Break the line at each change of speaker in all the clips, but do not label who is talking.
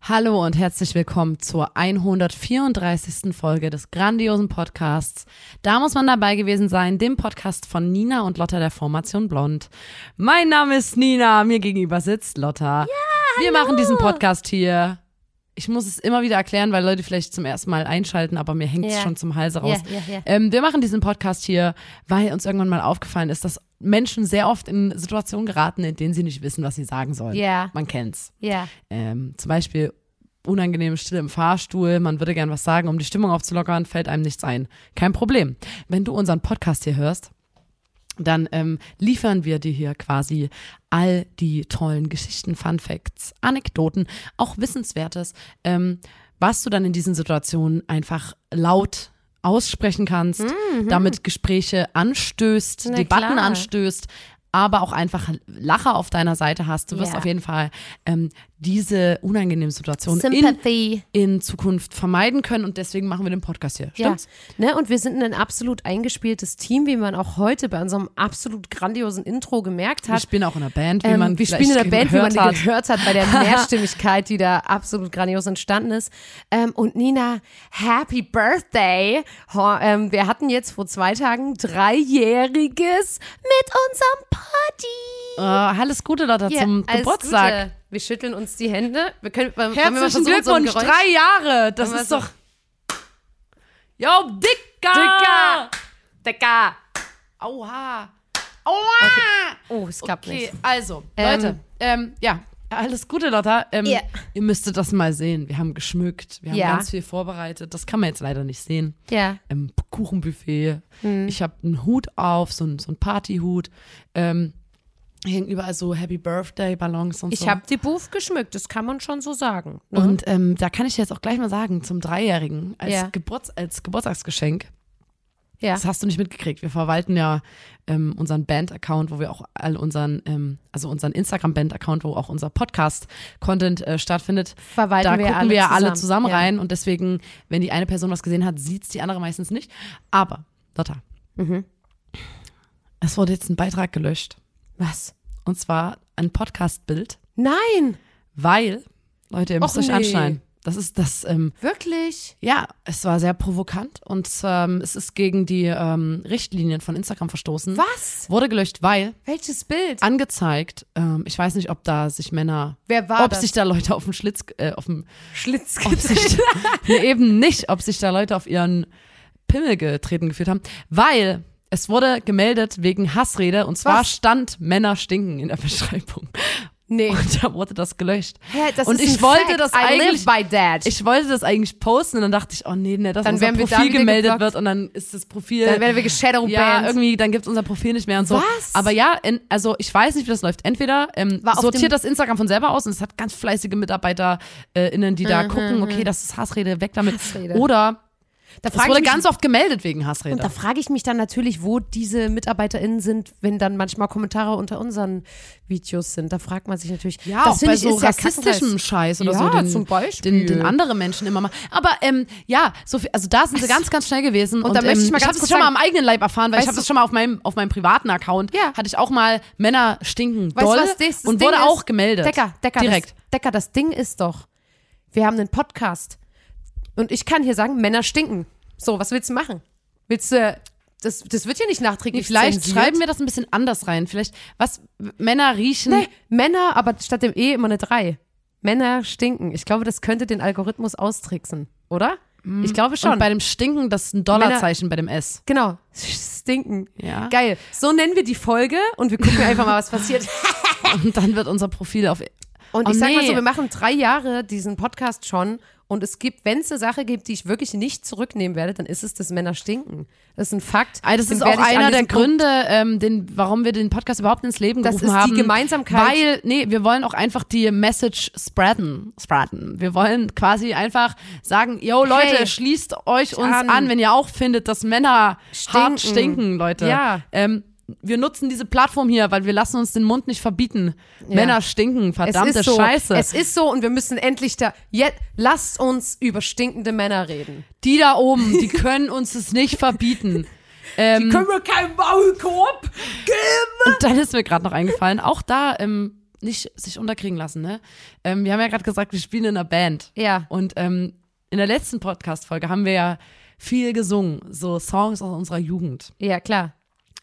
Hallo und herzlich willkommen zur 134. Folge des grandiosen Podcasts. Da muss man dabei gewesen sein, dem Podcast von Nina und Lotta der Formation Blond. Mein Name ist Nina, mir gegenüber sitzt Lotta. Ja, Wir machen diesen Podcast hier. Ich muss es immer wieder erklären, weil Leute vielleicht zum ersten Mal einschalten, aber mir hängt es
Ja.
schon zum Halse raus.
Ja, ja, ja.
Ähm, wir machen diesen Podcast hier, weil uns irgendwann mal aufgefallen ist, dass Menschen sehr oft in Situationen geraten, in denen sie nicht wissen, was sie sagen sollen.
Ja.
Man kennt's.
Ja.
Ähm, zum Beispiel unangenehme Stille im Fahrstuhl, man würde gern was sagen, um die Stimmung aufzulockern, fällt einem nichts ein. Kein Problem. Wenn du unseren Podcast hier hörst, dann ähm, liefern wir dir hier quasi all die tollen Geschichten, Fun Facts, Anekdoten, auch Wissenswertes, ähm, was du dann in diesen Situationen einfach laut aussprechen kannst, damit Gespräche anstößt,
Mhm. Na
Debatten
klar.
anstößt, aber auch einfach Lacher auf deiner Seite hast. Du wirst
Ja.
auf jeden Fall ähm, diese unangenehmen Situationen in,
Sympathy.
in Zukunft vermeiden können und deswegen machen wir den Podcast hier.
Ja.
Stimmt's?
Ne, und wir sind ein absolut eingespieltes Team, wie man auch heute bei unserem absolut grandiosen Intro gemerkt hat.
Ich bin auch in einer Band, wie
Ähm,
man
wir
vielleicht
spielen in der Band, wie man
gehört
die
hat.
gehört hat, bei der Mehrstimmigkeit, die da absolut grandios entstanden ist. Ähm, und Nina, Happy Birthday! Ho, ähm, wir hatten jetzt vor zwei Tagen dreijähriges mit unserem Party.
Äh, alles Gute, Lotta, zum
alles
Geburtstag.
Gute. Wir schütteln uns die Hände. Wir können, wollen wir mal
Herzlichen
versuchen, so ein
Glückwunsch,
Geräusch-
drei Jahre. Das
Wollen wir
ist
so-
doch. Yo, Dicker!
Dicker! Decker!
Aua! Aua!
Oh, es klappt
Okay,
nicht.
also,
Ähm,
Leute, ähm, ja, alles Gute, Lotta. Ähm,
Ja.
Ihr müsstet das mal sehen. Wir haben geschmückt, wir haben
Ja.
ganz viel vorbereitet. Das kann man jetzt leider nicht sehen.
Ja.
Ähm, Kuchenbuffet.
Hm.
Ich habe einen Hut auf, so, ein- so einen Partyhut. Ähm, hier hängen überall so Happy Birthday Ballons und so.
Ich habe die Buff geschmückt, das kann man schon so sagen. Ne?
Und ähm, da kann ich jetzt auch gleich mal sagen, zum Dreijährigen, als,
Ja.
Geburts als Geburtstagsgeschenk,
ja.
das hast du nicht mitgekriegt. Wir verwalten ja ähm, unseren Band-Account, wo wir auch all unseren, ähm, also unseren Instagram-Band-Account, wo auch unser Podcast-Content äh, stattfindet.
Verwalten
da
wir
gucken
alle
wir ja alle
zusammen.
zusammen
Ja.
rein und deswegen, wenn die eine Person was gesehen hat, sieht's die andere meistens nicht. Aber, Lotta,
Mhm.
es wurde jetzt ein Beitrag gelöscht.
Was?
Und zwar ein Podcast-Bild,
Nein,
weil, Leute, ihr müsst
Och,
euch
nee.
anschneiden. Das ist das, ähm,
wirklich?
ja, es war sehr provokant und ähm, es ist gegen die ähm, Richtlinien von Instagram verstoßen.
Was?
Wurde gelöscht, weil
Welches Bild?
angezeigt, ähm, ich weiß nicht, ob da sich Männer,
Wer war
ob
das?
sich da Leute auf den Schlitz, äh, auf dem,
Schlitz
ob sich, nee, eben nicht, ob sich da Leute auf ihren Pimmel getreten gefühlt haben, weil es wurde gemeldet wegen Hassrede und zwar
Was?
stand Männer stinken in der Beschreibung
Nee.
und da wurde das gelöscht.
Hä, das
und
ist
ich
ein
wollte
Fact.
das
I
eigentlich
live by that.
ich wollte das eigentlich posten und dann dachte ich, oh nee, nee dass
Dann
unser
werden wir
Profil
dann wieder
gemeldet
geblockt.
wird und dann ist das Profil.
dann werden wir
äh, ja,
geshadowbanned.
irgendwie, dann gibt's unser Profil nicht mehr und so.
Was?
Aber ja, in, also ich weiß nicht, wie das läuft. Entweder ähm,
War auf dem-
sortiert das Instagram von selber aus und es hat ganz fleißige MitarbeiterInnen, äh, innen, die da gucken, okay, das ist Hassrede, weg damit.
Mhm, Hassrede.
Oder
da
es
frage
wurde
ich mich,
ganz oft gemeldet wegen
und da
Hassrede.
frage ich mich dann natürlich, wo diese MitarbeiterInnen sind, wenn dann manchmal Kommentare unter unseren Videos sind. Da fragt man sich natürlich.
Ja,
das
auch bei
finde ich,
so
ist ja
rassistischem
Kackendreist.
Scheiß oder
Ja,
so, den,
zum Beispiel.
Den, den andere Menschen immer mal. Aber ähm, ja, so viel, also da sind sie ganz, ganz schnell gewesen. Und,
da möchte
ähm,
ich mal
ich
ganz
habe
kurz
es schon mal am
sagen-
eigenen Leib erfahren, weil ich
Weißt
habe das
du-
schon mal auf meinem, auf meinem privaten Account,
Ja.
hatte ich auch mal Männer stinken
Weißt du,
doll
was das, das
und
Ding
wurde
ist?
auch gemeldet.
Decker, Decker,
Direkt.
Das, Decker, das Ding ist doch, wir haben einen Podcast. Und ich kann hier sagen, Männer stinken. So, was willst du machen? Willst du, das, das wird hier nicht
Nee,
nachträglich
vielleicht
zensiert.
schreiben wir das ein bisschen anders rein. Vielleicht, was Männer riechen.
Nee, Männer, aber statt dem E immer eine 3. Männer stinken. Ich glaube, das könnte den Algorithmus austricksen, oder?
Mhm.
Ich glaube schon.
Und bei dem Stinken, das ist ein Dollarzeichen bei dem S.
genau. Stinken.
Ja.
Geil. So nennen wir die Folge und wir gucken einfach mal, was passiert.
Und dann wird unser Profil auf
Und
Oh,
ich sag mal
nee.
so, wir machen drei Jahre diesen Podcast schon. Und es gibt, wenn es eine Sache gibt, die ich wirklich nicht zurücknehmen werde, dann ist es, dass Männer stinken. Das ist ein Fakt.
Ah, das
Den
ist auch
werde ich an
einer der
diesem Punkt-
Gründe, ähm, den, warum wir den Podcast überhaupt ins Leben
Das
gerufen
ist die
haben.
Gemeinsamkeit.
Weil, nee, wir wollen auch einfach die Message spreaden. spreaden. Wir wollen quasi einfach sagen, yo Leute,
Hey,
schließt euch uns
an.
an. wenn ihr auch findet, dass Männer
Stinken.
hart stinken, Leute.
Ja.
Ähm, wir nutzen diese Plattform hier, weil wir lassen uns den Mund nicht verbieten. Männer stinken, verdammte
es ist so,
Scheiße.
Es ist so und wir müssen endlich da. Jetzt, lasst uns über stinkende Männer reden.
die da oben, die können uns es nicht verbieten. Ähm,
Können wir keinen Maulkorb?
Und dann ist mir gerade noch eingefallen, auch da ähm, nicht sich unterkriegen lassen. Ne? Ähm, wir haben ja gerade gesagt, wir spielen in einer Band.
Ja.
Und ähm, in der letzten Podcast-Folge haben wir ja viel gesungen, so Songs aus unserer Jugend.
Ja, klar.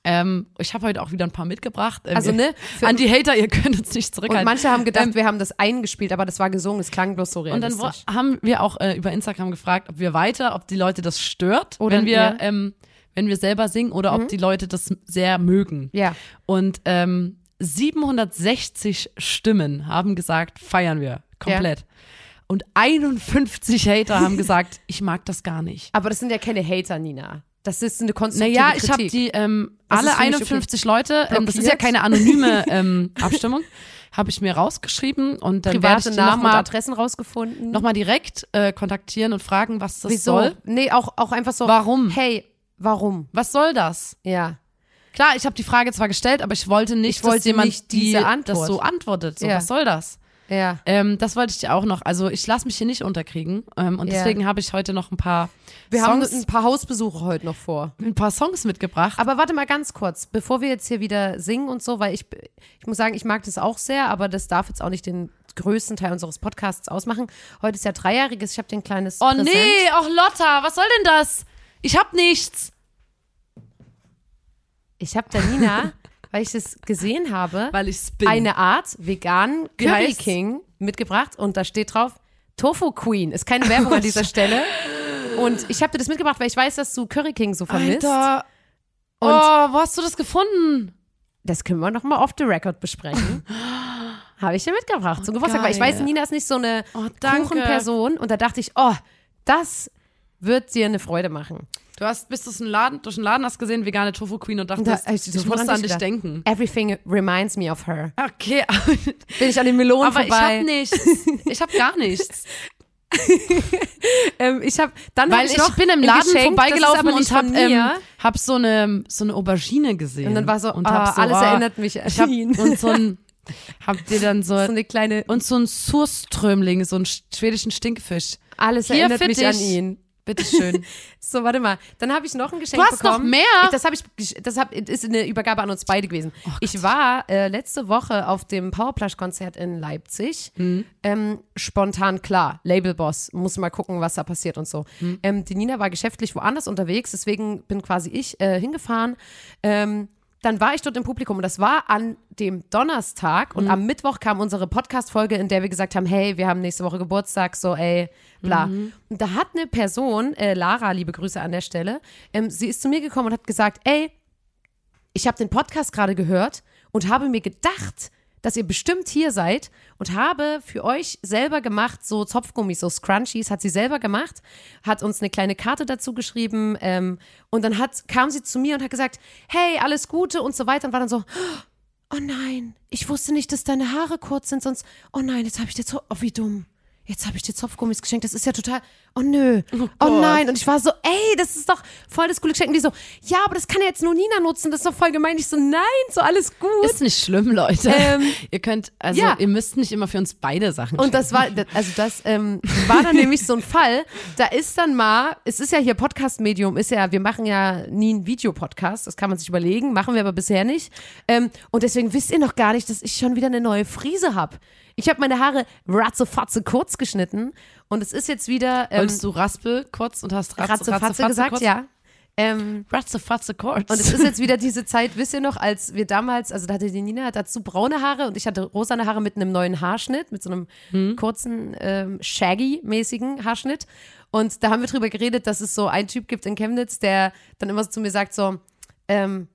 Ähm, ich habe heute auch wieder ein paar mitgebracht. Ähm,
Also, ne, für-
Für an die Hater, ihr könnt uns nicht
Und
zurückhalten.
manche haben gedacht, wir haben das eingespielt, aber das war gesungen, es klang bloß so
Und dann
realistisch.
wo- haben wir auch äh, über Instagram gefragt, ob wir weiter, ob die Leute das stört,
Oder-
wenn wir,
ja. Mhm.
ähm, wenn wir selber singen oder ob die Leute das sehr mögen.
Ja.
Und ähm, 760 Stimmen haben gesagt, feiern wir komplett. Und 51 Hater haben gesagt, ich mag das gar nicht.
aber das sind ja keine Hater, Nina. Das ist eine konstruktive
Naja, ich habe
Kritik.
die ähm,
Das ist
alle
für mich
51 Leute, ähm, das ist ja
Blockiert.
keine anonyme ähm, Abstimmung, habe ich mir rausgeschrieben und dann werde ich
private
die
Namen und
nochmal
Adressen rausgefunden.
noch mal direkt äh, kontaktieren und fragen, was das
Wieso?
soll.
Nee, auch, auch einfach so.
Warum?
Hey, warum?
Was soll das?
Ja.
Klar, ich habe die Frage zwar gestellt, aber ich wollte nicht,
Ich wollte
dass jemand
nicht diese
die,
Antwort.
das so antwortet. So,
Ja.
was soll das?
Ja.
Ähm, das wollte ich dir auch noch. Also ich lasse mich hier nicht unterkriegen ähm, und
Ja.
deswegen habe ich heute noch ein paar
Wir
Songs,
haben ein paar Hausbesuche heute noch vor.
ein paar Songs mitgebracht.
Aber warte mal ganz kurz, bevor wir jetzt hier wieder singen und so, weil ich, ich muss sagen, ich mag das auch sehr, aber das darf jetzt auch nicht den größten Teil unseres Podcasts ausmachen. Heute ist ja dreijähriges, ich habe dir ein kleines
Oh
Präsent.
nee, auch Lotta, was soll denn das? Ich hab nichts.
Ich habe der Nina, weil ich es gesehen habe,
Weil ich bin.
eine Art veganen Curry
heißt's?
King mitgebracht und da steht drauf Tofu Queen. Ist keine Werbung an dieser Stelle. Und ich habe dir das mitgebracht, weil ich weiß, dass du Curry King so vermisst.
Alter.
Und-
oh, wo hast du das gefunden?
Das können wir noch mal off the record besprechen. Habe ich dir mitgebracht zum Geburtstag, weil ich
geil.
weiß, Nina ist nicht so eine
Oh, danke.
Kuchenperson und da dachte ich, oh, das wird dir eine Freude machen.
Du hast, bist du Laden, durch den Laden hast gesehen, vegane Tofu Queen und
Da äh,
dachtest,
hab
ich,
sofort
muss an dich
gedacht.
denken.
Everything reminds me of her.
Okay,
Bin ich ne- an den Melonen
aber ich
vorbei.
hab nichts. Ich hab gar nichts.
ähm, ich habe dann hab
Weil
ich
ich
noch
bin im
ein
Laden
Geschenk, das ist
vorbeigelaufen
aber nicht
und hab,
von
ähm,
mir.
hab so eine so eine Aubergine gesehen.
und dann war so,
und
ah,
hab so
alles
ah,
erinnert mich an
ich hab,
ihn.
und so ein hab dir dann so
so eine kleine,
und so ein Surströmling, so einen schwedischen Stinkfisch.
alles
Hier
erinnert
für
mich
dich.
an ihn.
Bitteschön.
So, warte mal. Dann habe ich noch ein Geschenk
Du hast noch
bekommen.
mehr?
Ich, das habe ich, gesch- das hab, ist eine Übergabe an uns beide gewesen.
Oh
ich war äh, letzte Woche auf dem Powerplush-Konzert in Leipzig.
Hm.
Ähm, spontan klar, Labelboss, muss mal gucken, was da passiert und so.
Hm.
Ähm, die Nina war geschäftlich woanders unterwegs, deswegen bin quasi ich äh, hingefahren. Ähm, dann war ich dort im Publikum und das war an dem Donnerstag und am Mittwoch kam unsere Podcast-Folge, in der wir gesagt haben, hey, wir haben nächste Woche Geburtstag, so ey, bla. Und da hat eine Person, äh, Lara, liebe Grüße an der Stelle, ähm, sie ist zu mir gekommen und hat gesagt, ey, ich habe den Podcast gerade gehört und habe mir gedacht, dass ihr bestimmt hier seid und habe für euch selber gemacht, so Zopfgummis, so Scrunchies, hat sie selber gemacht, hat uns eine kleine Karte dazu geschrieben ähm, und dann hat, kam sie zu mir und hat gesagt, hey, alles Gute und so weiter und war dann so, oh nein, ich wusste nicht, dass deine Haare kurz sind, sonst, oh nein, jetzt habe ich dir, Zo- oh wie dumm. Jetzt habe ich dir Zopfgummis geschenkt, das ist ja total. Oh nö. Oh,
Gott.
nein. Und ich war so, ey, das ist doch voll das coole Geschenk. Und die so, ja, aber das kann ja jetzt nur Nina nutzen, das ist doch voll gemein. Ich so, nein, so alles gut.
Ist nicht schlimm, Leute.
Ähm,
ihr könnt also
ja.
ihr müsst nicht immer für uns beide Sachen.
Und das war, das- also das ähm, war dann nämlich so ein Fall. Da ist dann mal, es ist ja hier Podcast-Medium, ist ja, wir machen ja nie einen Videopodcast, das kann man sich überlegen, machen wir aber bisher nicht. Ähm, und deswegen wisst ihr noch gar nicht, dass ich schon wieder eine neue Frise habe. Ich habe meine Haare ratzefatze kurz geschnitten und es ist jetzt wieder ähm,
Wolltest du Raspel kurz und hast Ratze,
ratzefatze
Ratze, Fatze
gesagt,
kurz?
ja. Ähm,
Ratze, Fatze, kurz.
und es ist jetzt wieder diese Zeit, wisst ihr noch, als wir damals, also da hatte die Nina dazu braune Haare und ich hatte rosane Haare mit einem neuen Haarschnitt, mit so einem kurzen, ähm, shaggy-mäßigen Haarschnitt. Und da haben wir drüber geredet, dass es so einen Typ gibt in Chemnitz, der dann immer so zu mir sagt so, ähm,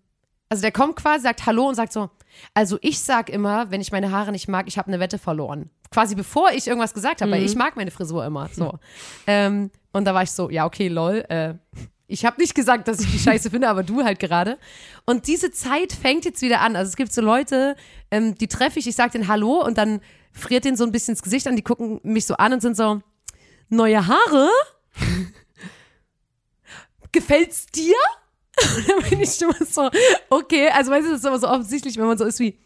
also der kommt quasi, sagt Hallo und sagt so, Also ich sag immer, wenn ich meine Haare nicht mag, ich habe eine Wette verloren. Quasi bevor ich irgendwas gesagt habe, weil ich mag meine Frisur immer. So. ähm, und da war ich so, ja, okay, lol, äh, ich habe nicht gesagt, dass ich die Scheiße finde, aber du halt gerade. Und diese Zeit fängt jetzt wieder an. Also es gibt so Leute, ähm, die treffe ich, ich sage denen Hallo und dann friert denen so ein bisschen ins Gesicht an, die gucken mich so an und sind so, neue Haare? Gefällt's dir? Und dann bin ich immer so, okay, also weißt du, das ist immer so offensichtlich, wenn man so ist wie,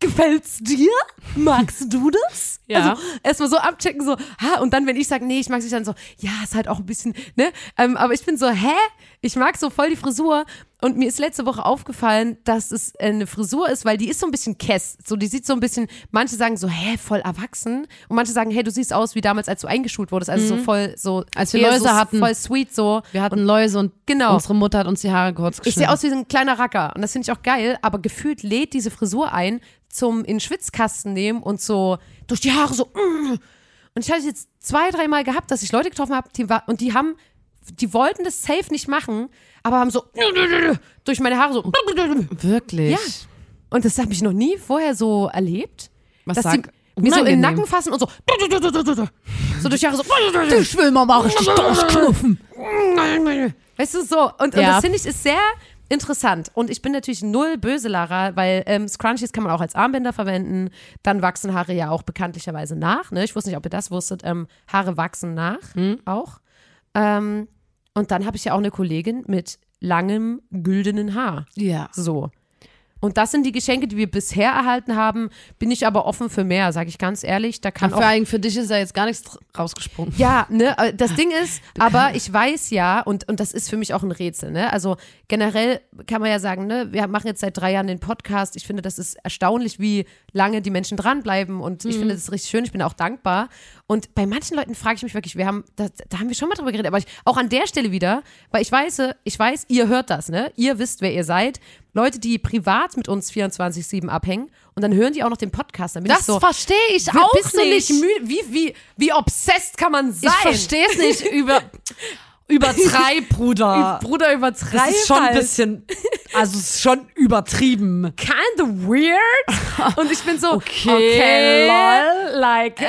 gefällt's dir? Magst du das?
Ja.
Also erstmal so abchecken, so, ha, und dann, wenn ich sage, nee, ich mag dich dann so, ja, ist halt auch ein bisschen, ne? Ähm, aber ich bin so, hä? Ich mag so voll die Frisur. Und mir ist letzte Woche aufgefallen, dass es eine Frisur ist, weil die ist so ein bisschen kess. So, die sieht so ein bisschen, manche sagen so, hä, voll erwachsen. Und manche sagen, hey, du siehst aus wie damals, als du eingeschult wurdest. Also so voll, so,
Mhm. Als wir
eher
Läuse
so,
hatten.
Voll sweet, so.
Wir hatten Läuse und
Genau.
unsere Mutter hat uns die Haare kurz
Ich
geschnitten.
sehe aus wie so ein kleiner Racker und das finde ich auch geil, aber gefühlt lädt diese Frisur ein zum in den Schwitzkasten nehmen und so durch die Haare so. mm. Und ich hatte jetzt zwei, dreimal gehabt, dass ich Leute getroffen habe die, war- und die haben, die wollten das safe nicht machen, aber haben so durch meine Haare so.
Wirklich?
Ja. Und das habe ich noch nie vorher so erlebt.
Was
dass
sag?
die mir so in den
Unangenehm.
Nacken fassen und so. So durch die Haare so.
Ich will mal mal richtig durchknüpfen.
Weißt du, so. Und, und
Ja.
das finde ich ist sehr interessant. Und ich bin natürlich null böse, Lara, weil ähm, Scrunchies kann man auch als Armbänder verwenden. Dann wachsen Haare ja auch bekanntlicherweise nach. Ne? Ich wusste nicht, ob ihr das wusstet. Ähm, Haare wachsen nach
Hm.
auch. Ähm, und dann habe ich ja auch eine Kollegin mit langem, güldenen Haar.
Ja.
So. Und das sind die Geschenke, die wir bisher erhalten haben. Bin ich aber offen für mehr, sage ich ganz ehrlich. Da kann
Vor
auch
allem für dich ist da jetzt gar nichts rausgesprungen.
ja, ne, äh, das Ding ist, aber ich weiß ja, und, und das ist für mich auch ein Rätsel, ne? Also generell kann man ja sagen, ne, wir machen jetzt seit drei Jahren den Podcast. Ich finde, das ist erstaunlich, wie lange die Menschen dranbleiben und ich finde das richtig schön. Ich bin auch dankbar. Und bei manchen Leuten frage ich mich wirklich, wir haben, da, da haben wir schon mal drüber geredet, aber ich, auch an der Stelle wieder, weil ich weiß, äh, ich weiß, ihr hört das, ne? Ihr wisst, wer ihr seid. Leute, die privat mit uns 24-7 abhängen und dann hören die auch noch den Podcast. Dann bin ich so,
verstehe ich
bist du nicht müde? Wie, wie, wie obsessed kann man sein?
Ich verstehe es nicht. Über, übertreib, Bruder.
Bruder, übertreibt.
Das ist schon ein bisschen,
halt.
also es ist schon übertrieben.
kind weird. Und ich bin so,
Okay.
okay, lol, like,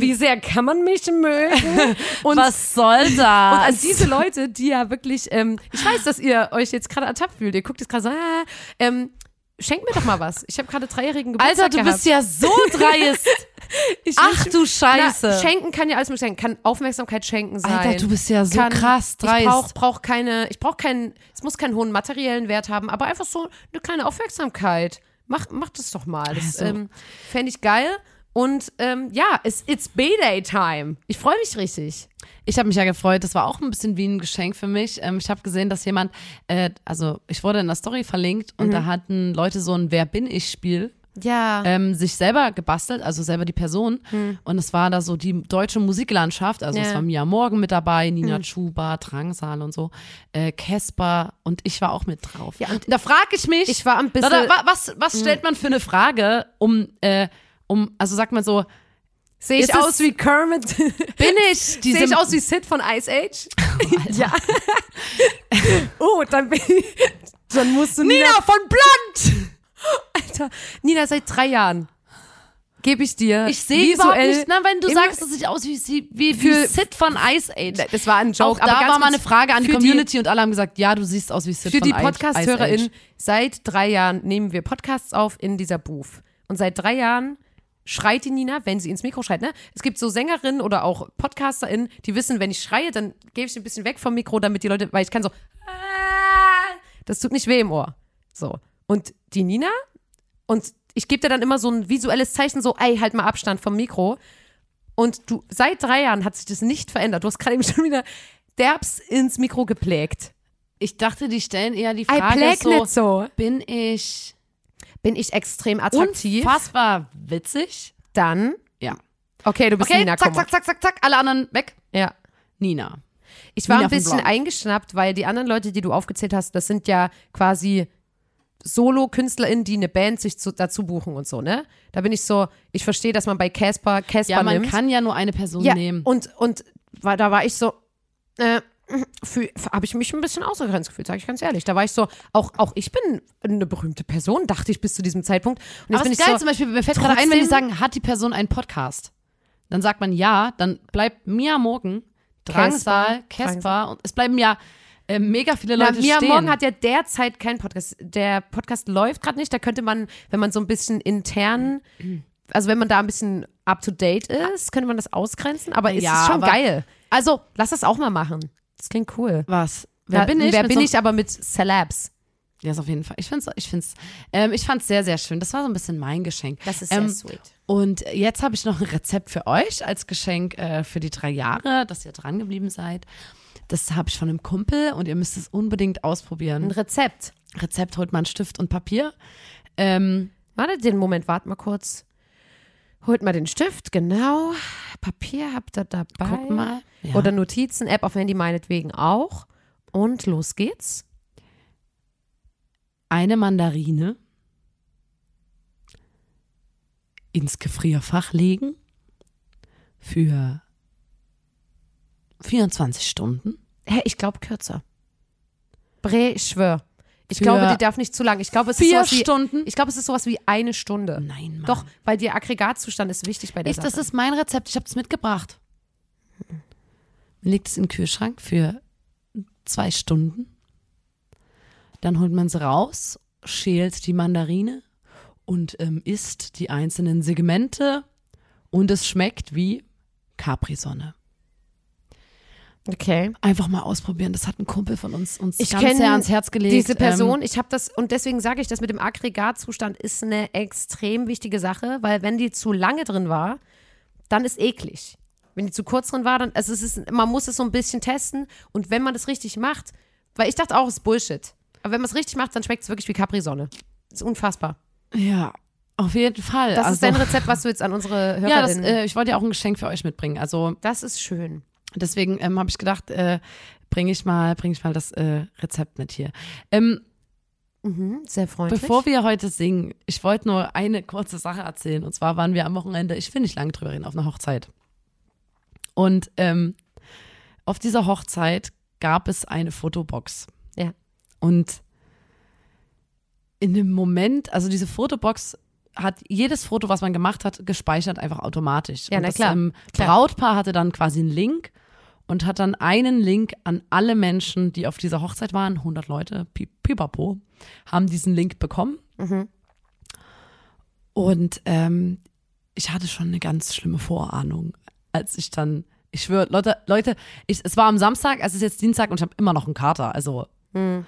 wie sehr kann man mich mögen? Und
Was soll
Und an
das?
diese Leute, die ja wirklich, ähm, ich weiß, dass ihr euch jetzt gerade ertappt fühlt. Ihr guckt jetzt gerade so, ah, ähm, schenkt mir doch mal was. Ich habe gerade dreijährigen Geburtstag
Alter, du
gehabt.
bist ja so dreist.
Ich
Ach du Scheiße.
Na, schenken kann ja alles mögliche sein. Kann Aufmerksamkeit schenken sein.
Alter, du bist ja so
kann,
krass
Ich
dreist.
brauch, brauch keine, ich brauch keinen, es muss keinen hohen materiellen Wert haben, aber einfach so eine kleine Aufmerksamkeit. Mach, mach das doch mal. Das
Also.
ähm, fände ich geil. Und ähm, ja, it's, it's B-Day-Time. Ich freue mich richtig.
Ich habe mich ja gefreut. Das war auch ein bisschen wie ein Geschenk für mich. Ähm, ich habe gesehen, dass jemand, äh, also ich wurde in der Story verlinkt
Mhm.
und da hatten Leute so ein Wer bin ich Spiel
Ja.
ähm, sich selber gebastelt, also selber die Person. Und es war da so die deutsche Musiklandschaft. Also es
Mhm. Ja. Mhm.
war Mia Morgen mit dabei, Nina Chuba, Drangsal und so, äh, Casper und ich war auch mit drauf.
Ja, und
da frage ich mich,
ich war ein bisschen-
Leute, wa- was, was stellt man für eine Frage, um, äh, um also sagt man so,
Sehe ich
ist es-
aus wie Kermit? Sehe
bin ich diese
ich aus wie Sid von Ice Age? ja. oh, dann, bin ich, dann musst du Nina,
Nina von Blunt?
Alter, Nina, seit drei Jahren gebe ich dir
Ich sehe überhaupt
visuell
nicht, na, wenn du
immer-
sagst, dass ich aus wie, sie- wie, wie
Für-
Sid von Ice Age.
Das war ein
Auch
Joke. aber
da
ganz
war mal
kurz
eine Frage an die
für
Community und alle haben gesagt, ja, du siehst aus wie
Die,
Sid
für
von
die
Ice Ice Age.
Podcast-HörerInnen, seit drei Jahren nehmen wir Podcasts auf in dieser Booth. Und seit drei Jahren schreit die Nina, wenn sie ins Mikro schreit. Ne? Es gibt so Sängerinnen oder auch PodcasterInnen, die wissen, wenn ich schreie, dann gebe ich ein bisschen weg vom Mikro, damit die Leute, weil ich kann so, "Ah!" das tut nicht weh im Ohr. So. Und die Nina und ich gebe dir dann immer so ein visuelles Zeichen, so, ey, halt mal Abstand vom Mikro. Und du, seit drei Jahren hat sich das nicht verändert. Du hast gerade eben schon wieder derbs ins Mikro geplägt.
Ich dachte, die stellen eher die
I
Frage
pläg
so,
nicht so.
bin ich
Bin ich extrem attraktiv?
unfassbar witzig?
Dann.
Ja.
Okay, du bist
Okay,
Nina,
zack,
komm mal.
zack, zack, zack, zack, alle anderen weg.
Ja.
Nina.
Ich war
Nina
ein
von
bisschen
Blond.
eingeschnappt, weil die anderen Leute, die du aufgezählt hast, das sind ja quasi Solo-KünstlerInnen, die eine Band sich zu, dazu buchen und so, ne? Da bin ich so, ich verstehe, dass man bei Casper Casper
Ja, man
nimmt.
kann ja nur eine Person
ja,
nehmen.
und, und war, da war ich so, äh, habe ich mich ein bisschen ausgegrenzt gefühlt, sage ich ganz ehrlich. Da war ich so, auch, auch ich bin eine berühmte Person, dachte ich bis zu diesem Zeitpunkt. Und jetzt
Aber
bin
es
ich
ist geil,
so,
zum Beispiel, mir fällt gerade ein, wenn die
trotzdem-
sagen, hat die Person einen Podcast? Dann sagt man ja, dann bleibt Mia Morgen, Drangsal, Kesper, und es bleiben ja äh, mega viele
Na,
Leute
Mia
stehen.
Morgen hat ja derzeit keinen Podcast. Der Podcast läuft gerade nicht. Da könnte man, wenn man so ein bisschen intern, also wenn man da ein bisschen up to date ist, könnte man das ausgrenzen. Aber es
Ja,
ist schon
aber-
geil. Also lass das auch mal machen. Das klingt cool.
was? Wer
Da-
bin ich?
Wer
Mit
bin
so einem-
ich aber mit Celebs?
Ja, ist auf jeden Fall. Ich find's, ich find's, ähm, ich fand's sehr, sehr schön. Das war so ein bisschen mein Geschenk. ähm,
sweet.
Und jetzt habe ich noch ein Rezept für euch als Geschenk äh, für die drei Jahre, dass ihr dran geblieben seid. Das habe ich von einem Kumpel und ihr müsst es
Ein
unbedingt ausprobieren.
Rezept.
Rezept holt man Stift und Papier. Ähm,
Warte den Moment, warte mal kurz. Holt mal den Stift, genau. Papier habt ihr dabei.
guck mal. Ja.
Oder Notizen, App auf Handy meinetwegen auch. Und los geht's.
eine Mandarine ins Gefrierfach legen für 24 Stunden.
Hä, ich glaube kürzer. Bre, ich schwör. Ich
Für
glaube, die darf nicht zu lang. Ich glaube, es ist
Vier
sowas wie,
Stunden?
ich glaube, es ist sowas wie eine Stunde.
Nein, Mann.
Doch, weil der Aggregatzustand ist wichtig bei der
Ich,
Sache.
das ist mein Rezept, ich habe es mitgebracht. Man legt es in den Kühlschrank für zwei Stunden. Dann holt man es raus, schält die Mandarine und ähm, isst die einzelnen Segmente. Und es schmeckt wie Capri-Sonne.
okay.
Einfach mal ausprobieren. Das hat ein Kumpel von uns uns
Ich
ganz
kenn
sehr ans Herz gelegt.
Diese Person,
Ähm,
ich habe das, und deswegen sage ich, das mit dem Aggregatzustand ist eine extrem wichtige Sache, weil wenn die zu lange drin war, dann ist eklig. Wenn die zu kurz drin war, dann, also es ist, man muss es so ein bisschen testen und wenn man das richtig macht, weil ich dachte auch, es ist Bullshit. Aber wenn man es richtig macht, dann schmeckt es wirklich wie Capri-Sonne. Das ist unfassbar.
ähm, ja, auf jeden Fall.
Das
also,
ist dein Rezept, was du jetzt an unsere Hörerinnen...
ja, das, äh, ich wollte ja auch ein Geschenk für euch mitbringen. Also
das ist schön.
Deswegen ähm, habe ich gedacht, äh, bringe ich mal, bringe ich mal das äh, Rezept mit hier. Ähm,
Mhm, sehr freundlich.
bevor wir heute singen, ich wollte nur eine kurze Sache erzählen. Und zwar waren wir am Wochenende, ich will nicht lange drüber reden, auf einer Hochzeit. Und ähm, auf dieser Hochzeit gab es eine Fotobox.
Ja.
Und in dem Moment, also diese Fotobox hat jedes Foto, was man gemacht hat, gespeichert einfach automatisch.
Ja,
und
na
das,
klar,
ähm,
klar.
Brautpaar hatte dann quasi einen Link und hat dann einen Link an alle Menschen, die auf dieser Hochzeit waren, 100 Leute, pi- pipapo, haben diesen Link bekommen.
Mhm.
Und ähm, ich hatte schon eine ganz schlimme Vorahnung, als ich dann, ich schwöre, Leute, Leute, ich, es war am Samstag, es ist jetzt Dienstag und ich habe immer noch einen Kater, also ähm,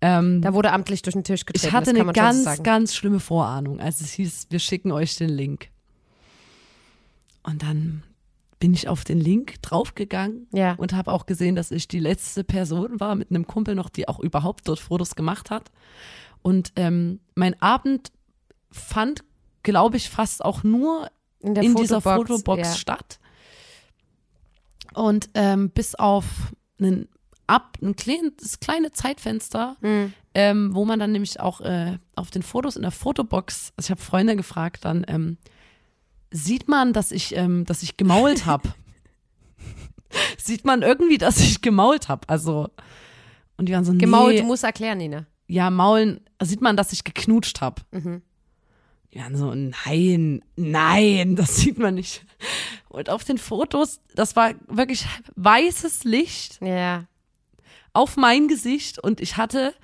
da wurde amtlich durch den Tisch getreten.
ich hatte
das kann
eine
man schon so
ganz,
sagen.
ganz schlimme Vorahnung, als es hieß, wir schicken euch den Link. Und dann bin ich auf den Link draufgegangen
Ja.
und habe auch gesehen, dass ich die letzte Person war mit einem Kumpel noch, die auch überhaupt dort Fotos gemacht hat. Und ähm, mein Abend fand, glaube ich, fast auch nur
in, der
in dieser
Fotobox,
Fotobox
ja.
statt. Und ähm, bis auf einen, ab, ein kleines, kleine Zeitfenster,
Hm.
ähm, wo man dann nämlich auch äh, auf den Fotos in der Fotobox, also ich habe Freunde gefragt, dann ähm, sieht man, dass ich, ähm, dass ich gemault habe. sieht man irgendwie, dass ich gemault habe. Also, und die waren so,
Gemault,
nee,
Genau, du musst erklären, Nina.
ja, Maulen, sieht man, dass ich geknutscht habe. Die waren so, nein, nein, das sieht man nicht. Und auf den Fotos, das war wirklich weißes Licht
Ja.
auf mein Gesicht und ich hatte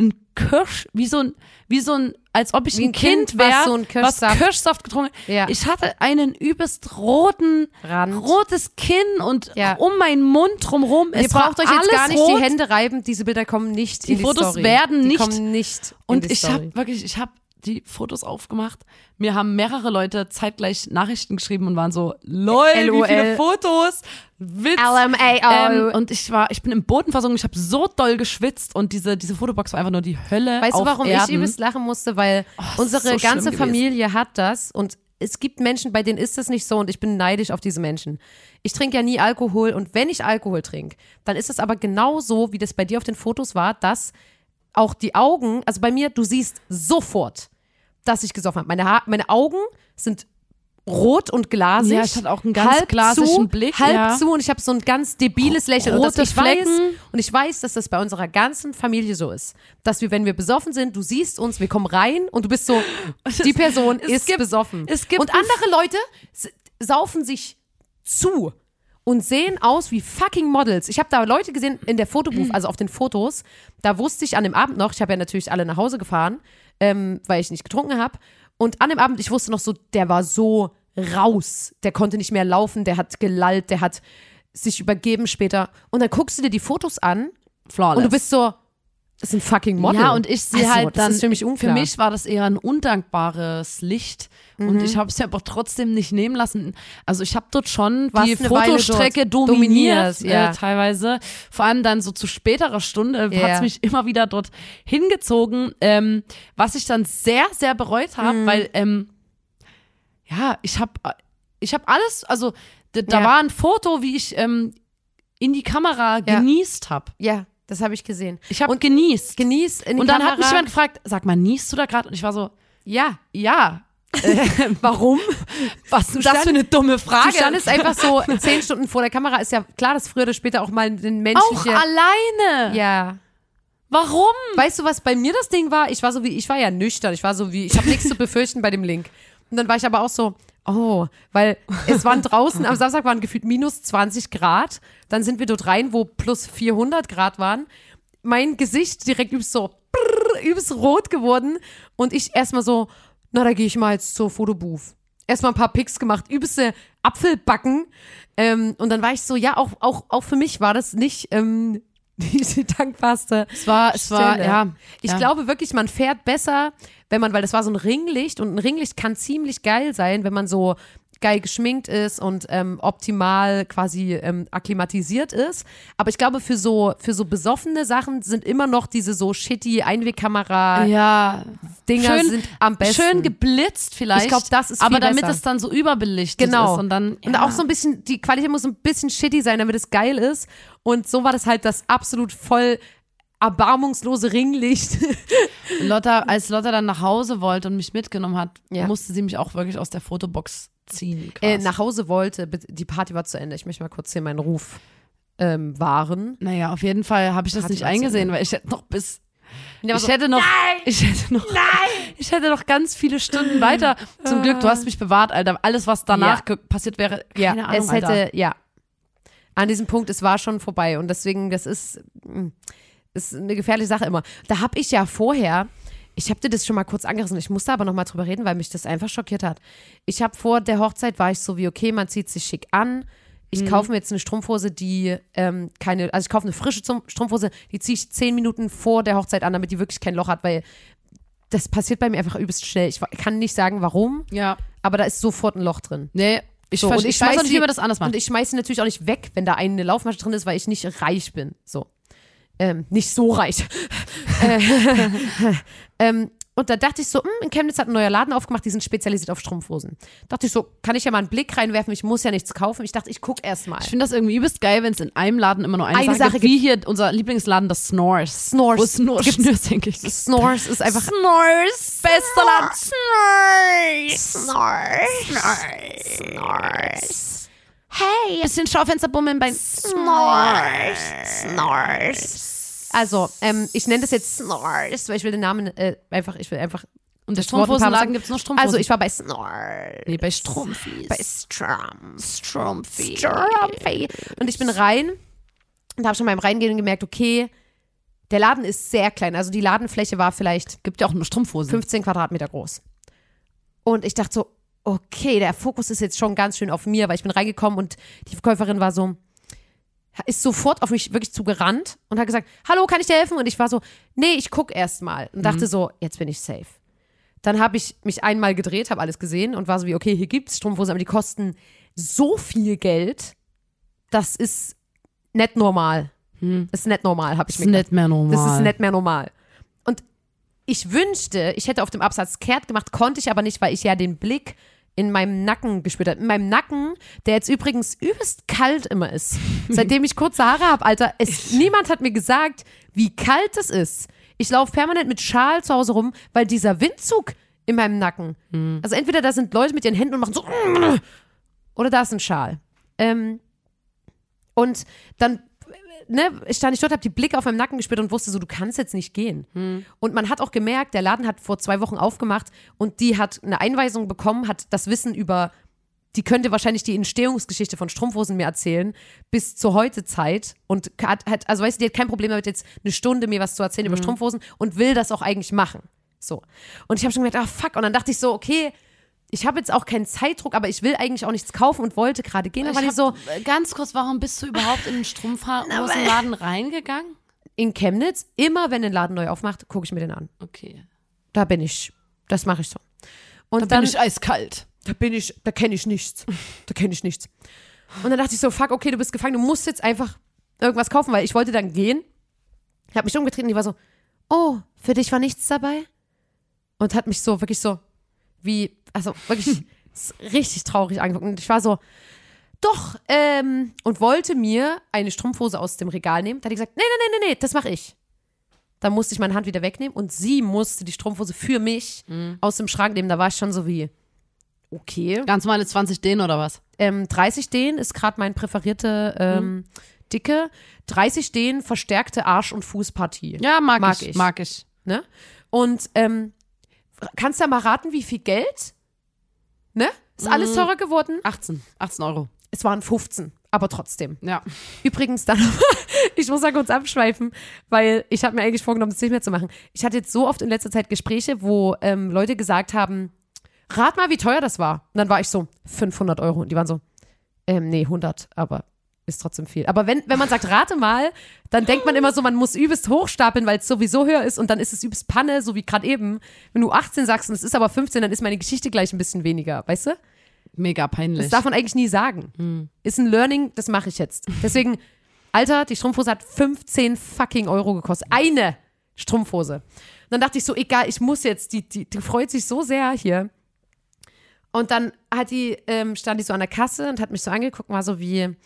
ein Kirsch, wie so ein, wie so ein, als ob ich
Wie
ein,
ein
Kind,
Kind, was
wäre,
so einen Kirschsaft-
was Kirschsaft getrunken hat.
Ja.
Ich hatte einen übelst roten,
Rand.
rotes Kinn und
Ja.
um meinen Mund drumrum.
Ihr
es war
braucht euch jetzt
alles
gar nicht
rot.
die Hände reiben, diese Bilder kommen nicht
Die
in die
Fotos
Story.
werden
die
nicht-
kommen nicht in
Und
die
ich
Story.
habe wirklich, ich habe die Fotos aufgemacht. Mir haben mehrere Leute zeitgleich Nachrichten geschrieben und waren so, lol, wie viele
LOL.
Fotos, Witz.
LMAO.
Ähm, und ich war, ich bin im Boden versunken, ich habe so doll geschwitzt und diese, diese Fotobox war einfach nur die Hölle.
weißt
auf
du, warum ich
Erden. Oh,
übelst lachen musste? Weil
ist so
unsere
schlimm
ganze
gewesen.
Familie hat das und es gibt Menschen, bei denen ist das nicht so und ich bin neidisch auf diese Menschen. Ich trinke ja nie Alkohol und wenn ich Alkohol trinke, dann ist es aber genau so, wie das bei dir auf den Fotos war, dass auch die Augen, also bei mir, du siehst sofort, dass ich gesoffen habe. Meine, ha meine Augen sind rot und glasig.
Ja, es hat auch einen ganz
zu,
glasischen Blick,
Halb
ja. Oh,
zu und ich habe so ein ganz debiles Lächeln. und
rote
das ich weiß,
Flecken.
und ich weiß, dass das bei unserer ganzen Familie so ist. Dass wir, wenn wir besoffen sind, du siehst uns, wir kommen rein und du bist so, die Person
es
ist
gibt-
besoffen.
es gibt
und andere Leute s- saufen sich zu und sehen aus wie fucking Models. Ich habe da Leute gesehen in der Fotobooth, also auf den Fotos. Da wusste ich an dem Abend noch, ich habe ja natürlich alle nach Hause gefahren, ähm, weil ich nicht getrunken habe. Und an dem Abend, ich wusste noch so, der war so raus. Der konnte nicht mehr laufen, der hat gelallt, der hat sich übergeben später. Und dann guckst du dir die Fotos an
Flawless.
und du bist so, das ist ein fucking Model.
Ja, und ich sehe
Also,
halt
das
dann,
ist für mich unklar.
für mich war das eher ein undankbares Licht
Mhm.
und ich habe es mir aber trotzdem nicht nehmen lassen. Also ich habe dort schon
Warst
die
eine Weile dort.
Fotostrecke dominiert,
Dominiert, ja.
äh, teilweise. Vor allem dann so zu späterer Stunde hat's
Ja.
hat es mich immer wieder dort hingezogen, ähm, was ich dann sehr, sehr bereut habe,
Mhm.
weil ähm, ja, ich habe ich hab alles, also d- da
Ja.
war ein Foto, wie ich ähm, in die Kamera
Ja.
genießt habe.
ja, das habe ich gesehen.
Ich habe genießt.
Genieß in die
Und dann
Kamera.
hat mich jemand gefragt, sag mal, niest du da gerade? Und ich war so,
ja,
ja.
warum?
Was ist das
stand-
für eine dumme Frage?
Du standest einfach so zehn Stunden vor der Kamera. Ist ja klar, dass früher oder später auch mal den
auch
menschliche...
alleine.
ja.
Warum?
Weißt du, was bei mir das Ding war? Ich war so wie, ich war ja nüchtern. Ich war so wie, ich habe nichts zu befürchten bei dem Link. Und dann war ich aber auch so, oh, weil es waren draußen, am Samstag waren gefühlt minus 20 Grad. Dann sind wir dort rein, wo plus 400 Grad waren. Mein Gesicht direkt übelst so, prrr, übelst rot geworden. Und ich erstmal so, na, da gehe ich mal jetzt zur Fotobooth. Erstmal ein paar Pics gemacht, übelste Apfelbacken. Ähm, und dann war ich so, ja, auch, auch, auch für mich war das nicht ähm, die dankbarste
Es war, Ah, es war,
Stille.
ja.
Ich
ja.
glaube wirklich, man fährt besser, wenn man, weil das war so ein Ringlicht und ein Ringlicht kann ziemlich geil sein, wenn man so geil geschminkt ist und ähm, optimal quasi ähm, akklimatisiert ist. Aber ich glaube, für so, für so besoffene Sachen sind immer noch diese so shitty Einwegkamera-Dinger
ja. Äh, schön-
sind am besten.
Schön geblitzt vielleicht.
Ich glaub, das ist
Aber
viel
damit
besser.
es dann so überbelichtet
Genau.
ist und dann.
Und
ja.
auch so ein bisschen, die Qualität muss ein bisschen shitty sein, damit es geil ist. Und so war das halt das absolut voll erbarmungslose Ringlicht.
Lotta, als Lotta dann nach Hause wollte und mich mitgenommen hat,
Ja.
musste sie mich auch wirklich aus der Fotobox ziehen.
äh,
quasi.
nach Hause wollte, be- die Party war zu Ende. Ich möchte mal kurz hier meinen Ruf ähm, wahren.
naja, auf jeden Fall habe ich das
Party
nicht
war zu
eingesehen, weil ich hätte noch bis
Ja,
ich hätte noch, ich hätte noch, ich hätte noch ganz viele Stunden weiter. Zum Glück, du hast mich bewahrt, Alter. Alles, was danach ge- passiert wäre, keine
ja,
Ahnung,
es hätte,
Alter.
ja. An diesem Punkt, es war schon vorbei und deswegen, das ist, mm, ist eine gefährliche Sache immer. Da habe ich ja vorher, ich habe dir das schon mal kurz angerissen, ich musste aber nochmal drüber reden, weil mich das einfach schockiert hat. Ich habe vor der Hochzeit, war ich so wie, okay, man zieht sich schick an, ich
Mhm.
kaufe mir jetzt eine Strumpfhose, die ähm, keine, also ich kaufe eine frische Zum- Strumpfhose, die ziehe ich zehn Minuten vor der Hochzeit an, damit die wirklich kein Loch hat, weil das passiert bei mir einfach übelst schnell. Ich wa- kann nicht sagen, warum,
Ja.
aber da ist sofort ein Loch drin.
Nee, ich,
So,
verste-
und
ich weiß auch
schmeiß
nicht,
die-
wie man das anders macht.
Und ich schmeiße natürlich auch nicht weg, wenn da eine Laufmasche drin ist, weil ich nicht reich bin. So. Ähm, nicht so reich. Äh, ähm, und da dachte ich so, hm, in Chemnitz hat ein neuer Laden aufgemacht, die sind spezialisiert auf Strumpfhosen. Dachte ich so, kann ich ja mal einen Blick reinwerfen, ich muss ja nichts kaufen. Ich dachte, ich guck erst mal.
Ich finde das irgendwie übelst geil, wenn es in einem Laden immer nur eine,
Eine
Sache
Sache
gibt. Wie hier unser Lieblingsladen, das Snores.
Snores.
Wo es nur
Gibt's-
Schnürs, denke ich.
Snores ist einfach
Snores. Bester Laden.
Snores. Snores. Snores. Hey,
Bisschen Schaufensterbummeln bei
Snores. Snores. Also, ähm, ich nenne das jetzt Snores, weil ich will den Namen äh, einfach, ich will einfach
Und der
das Wort ein paar Mal
Strumpfhosenladen
sagen.
gibt es nur Strumpfhosen.
Also ich war bei Snor.
nee, bei Strumpfis.
Bei Strum.
Strumpfi.
Strumpy. Und ich bin rein und habe schon beim Reingehen gemerkt, okay, der Laden ist sehr klein. Also die Ladenfläche war vielleicht
Gibt ja auch nur Strumpfhosen.
15 Quadratmeter groß. Und ich dachte so, okay, der Fokus ist jetzt schon ganz schön auf mir, weil ich bin reingekommen und die Verkäuferin war so, ist sofort auf mich wirklich zugerannt und hat gesagt, hallo, kann ich dir helfen? Und ich war so, nee, ich guck erst mal. Und dachte so, jetzt bin ich safe. Dann habe ich mich einmal gedreht, habe alles gesehen und war so wie, okay, hier gibt's Strumpfhosen, aber die kosten so viel Geld, das ist nicht normal. Das ist nicht normal, habe ich
Das
mir
ist nicht mehr normal.
das ist nicht mehr normal. Und ich wünschte, ich hätte auf dem Absatz kehrt gemacht, konnte ich aber nicht, weil ich ja den Blick in meinem Nacken gespürt habe. In meinem Nacken, der jetzt übrigens übelst kalt immer ist. Seitdem ich kurze Haare habe, Alter, es, niemand hat mir gesagt, wie kalt es ist. Ich laufe permanent mit Schal zu Hause rum, weil dieser Windzug in meinem Nacken. Also entweder da sind Leute mit ihren Händen und machen so oder da ist ein Schal. Ähm, und dann ne, stand ich dort, habe die Blicke auf meinem Nacken gespürt und wusste so, du kannst jetzt nicht gehen. Und man hat auch gemerkt, der Laden hat vor zwei Wochen aufgemacht und die hat eine Einweisung bekommen, hat das Wissen über, die könnte wahrscheinlich die Entstehungsgeschichte von Strumpfhosen mir erzählen, bis zur heute Zeit und hat, hat also weißt du, die hat kein Problem damit, jetzt eine Stunde mir was zu erzählen über Strumpfhosen und will das auch eigentlich machen. So. Und ich habe schon gemerkt, ah fuck. Und dann dachte ich so, okay, ich habe jetzt auch keinen Zeitdruck, aber ich will eigentlich auch nichts kaufen und wollte gerade gehen. Dann war ich so,
äh, ganz kurz, warum bist du überhaupt in den Strumpfhosenladen reingegangen?
in Chemnitz, immer wenn ein Laden neu aufmacht, gucke ich mir den an.
Okay.
Da bin ich. Das mache ich so. Und
Dann
dann,
bin ich eiskalt.
da bin ich, da kenne ich nichts. Da kenne ich nichts. Und dann dachte ich so, fuck, okay, du bist gefangen, du musst jetzt einfach irgendwas kaufen, weil ich wollte dann gehen. Ich habe mich umgetreten, die war so, oh, für dich war nichts dabei? Und hat mich so, wirklich so, wie, also wirklich s- richtig traurig angeguckt. Und ich war so, doch, ähm, und wollte mir eine Strumpfhose aus dem Regal nehmen. Da hat die gesagt, nee, nee, nee, nee, nee, das mache ich. Dann musste ich meine Hand wieder wegnehmen und sie musste die Strumpfhose für mich aus dem Schrank nehmen. Da war ich schon so wie, okay
Ganz normale 20 Dänen oder was?
ähm, 30 Dehn ist gerade mein präferierte ähm, Dicke. 30 Dehn verstärkte Arsch- und Fußpartie.
Ja, mag,
Mag
ich,
ich.
Mag ich.
Ne? Und ähm, kannst du mal raten, wie viel Geld? Ne? Ist alles teurer geworden?
18. 18 Euro.
Es waren 15, aber trotzdem.
Ja.
Übrigens dann, ich muss da kurz abschweifen, weil ich habe mir eigentlich vorgenommen, es nicht mehr zu machen. Ich hatte jetzt so oft in letzter Zeit Gespräche, wo ähm, Leute gesagt haben, rat mal, wie teuer das war. Und dann war ich so, 500 Euro. Und die waren so, ähm, nee, 100, aber ist trotzdem viel. Aber wenn, wenn man sagt, rate mal, dann denkt man immer so, man muss übelst hochstapeln, weil es sowieso höher ist und dann ist es übelst Panne, so wie gerade eben. Wenn du 18 sagst und es ist aber 15, dann ist meine Geschichte gleich ein bisschen weniger, weißt du?
Mega peinlich.
Das darf man eigentlich nie sagen.
Hm.
Ist ein Learning, das mache ich jetzt. Deswegen, Alter, die Strumpfhose hat 15 fucking Euro gekostet. Eine Strumpfhose. Und dann dachte ich so, egal, ich muss jetzt, die, die, die freut sich so sehr hier. Und dann hat die, ähm, stand die so an der Kasse und hat mich so angeguckt und war so wie,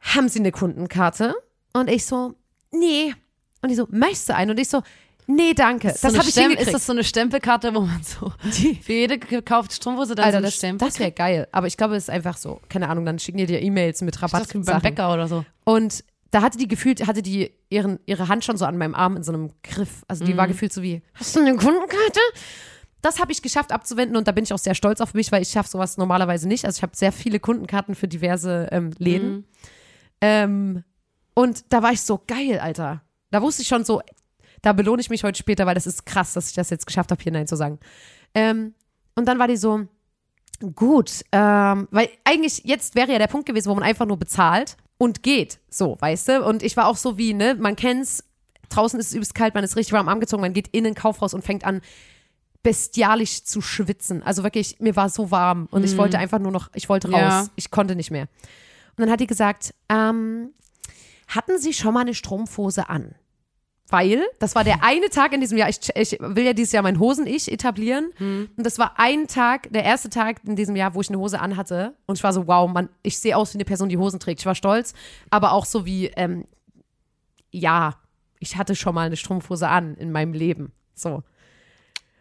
haben Sie eine Kundenkarte? Und ich so, nee. Und die so, möchtest du eine? Und ich so, nee, danke.
Ist so
das
eine
habe ich
Stem-
hingekriegt.
Ist das so eine Stempelkarte, wo man so für jede gekaufte Strumpfhose dann so
Alter,
eine
Also das,
Stempel
das wäre geil. Aber ich glaube, es ist einfach so. Keine Ahnung, dann schicken die dir E-Mails mit
Ich dachte,
Rabatt.
wie beim Bäcker oder so.
Und da hatte die gefühlt, hatte die ihren, ihre Hand schon so an meinem Arm in so einem Griff. Also die war
Mhm.
gefühlt so wie, hast du eine Kundenkarte? Das habe ich geschafft abzuwenden und da bin ich auch sehr stolz auf mich, weil ich schaffe sowas normalerweise nicht. Also ich habe sehr viele Kundenkarten für diverse ähm, Läden.
Mhm.
Ähm, und da war ich so geil, Alter. Da wusste ich schon so, da belohne ich mich heute später, weil das ist krass, dass ich das jetzt geschafft habe, hier Nein zu sagen. Ähm, und dann war die so, gut, ähm, weil eigentlich jetzt wäre ja der Punkt gewesen, wo man einfach nur bezahlt und geht, so, weißt du? Und ich war auch so wie, ne, man kennt's, draußen ist es übelst kalt, man ist richtig warm angezogen, man geht in ein Kaufhaus und fängt an, bestialisch zu schwitzen. Also wirklich, mir war so warm und ich wollte einfach nur noch, ich wollte raus,
Ja.
ich konnte nicht mehr. Und dann hat die gesagt, ähm, hatten Sie schon mal eine Strumpfhose an? Weil das war
Hm.
der eine Tag in diesem Jahr, ich, ich will ja dieses Jahr mein Hosen-Ich etablieren.
Hm.
Und das war ein Tag, der erste Tag in diesem Jahr, wo ich eine Hose anhatte. Und ich war so, wow, Mann, ich sehe aus wie eine Person, die Hosen trägt. Ich war stolz, aber auch so wie, ähm, ja, ich hatte schon mal eine Strumpfhose an in meinem Leben. So.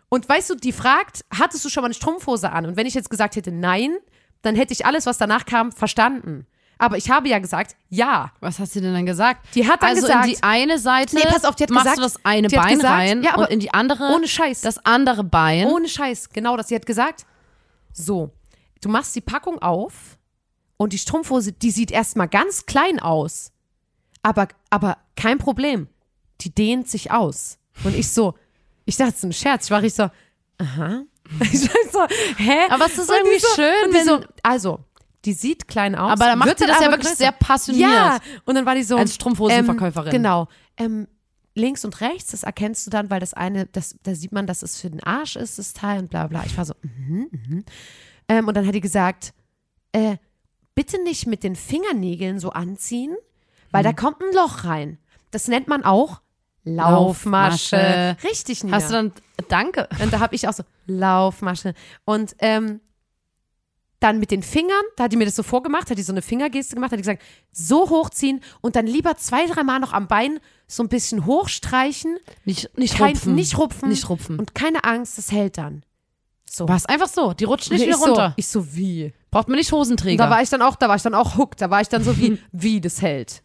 Und weißt du, die fragt, hattest du schon mal eine Strumpfhose an? Und wenn ich jetzt gesagt hätte, nein, dann hätte ich alles, was danach kam, verstanden. Aber ich habe ja gesagt, ja.
Was hast du denn dann gesagt?
Die hat dann
also
gesagt-
in die eine Seite
Nee, pass auf, die hat
machst
gesagt-
du das eine
die hat
Bein
gesagt-
rein
ja, aber
und in die andere
Ohne Scheiß.
das andere Bein.
Ohne Scheiß, genau das. Sie hat gesagt, so, du machst die Packung auf und die Strumpfhose, die sieht erstmal ganz klein aus. Aber, aber kein Problem. Die dehnt sich aus. Und ich so, ich dachte, es ist ein Scherz. Ich war richtig so, aha. Ich war so, hä?
Mhm. Aber es
Und
ist
die
irgendwie
so,
schön,
und die
wenn-
so, also, die sieht klein aus.
aber da macht
wird
sie
dann
das ja
aber
wirklich
größer.
sehr passioniert.
Ja, und dann war die so.
Als Strumpfhosenverkäuferin.
Ähm, genau. Ähm, links und rechts, das erkennst du dann, weil das eine, das, da sieht man, dass es für den Arsch ist, das Teil und bla bla. Ich war so, mhm, mhm. Ähm, und dann hat die gesagt, äh, bitte nicht mit den Fingernägeln so anziehen, weil da kommt ein Loch rein. Das nennt man auch Laufmasche.
Laufmasche.
Richtig, Nina.
Hast du dann Danke.
Und da habe ich auch so Laufmasche. Und ähm, dann mit den Fingern, da hat die mir das so vorgemacht, hat die so eine Fingergeste gemacht, hat die gesagt, so hochziehen und dann lieber zwei, dreimal noch am Bein so ein bisschen hochstreichen,
Nicht, nicht
kein,
rupfen.
nicht rupfen
Nicht rupfen.
und keine Angst, das hält dann. So.
Was? Einfach so. Die rutscht nicht
ich
wieder runter.
So, ich so, wie?
Braucht man nicht
Und da
Hosenträger.
war ich dann auch, da war ich dann auch hooked, da war ich dann so, wie, wie das hält.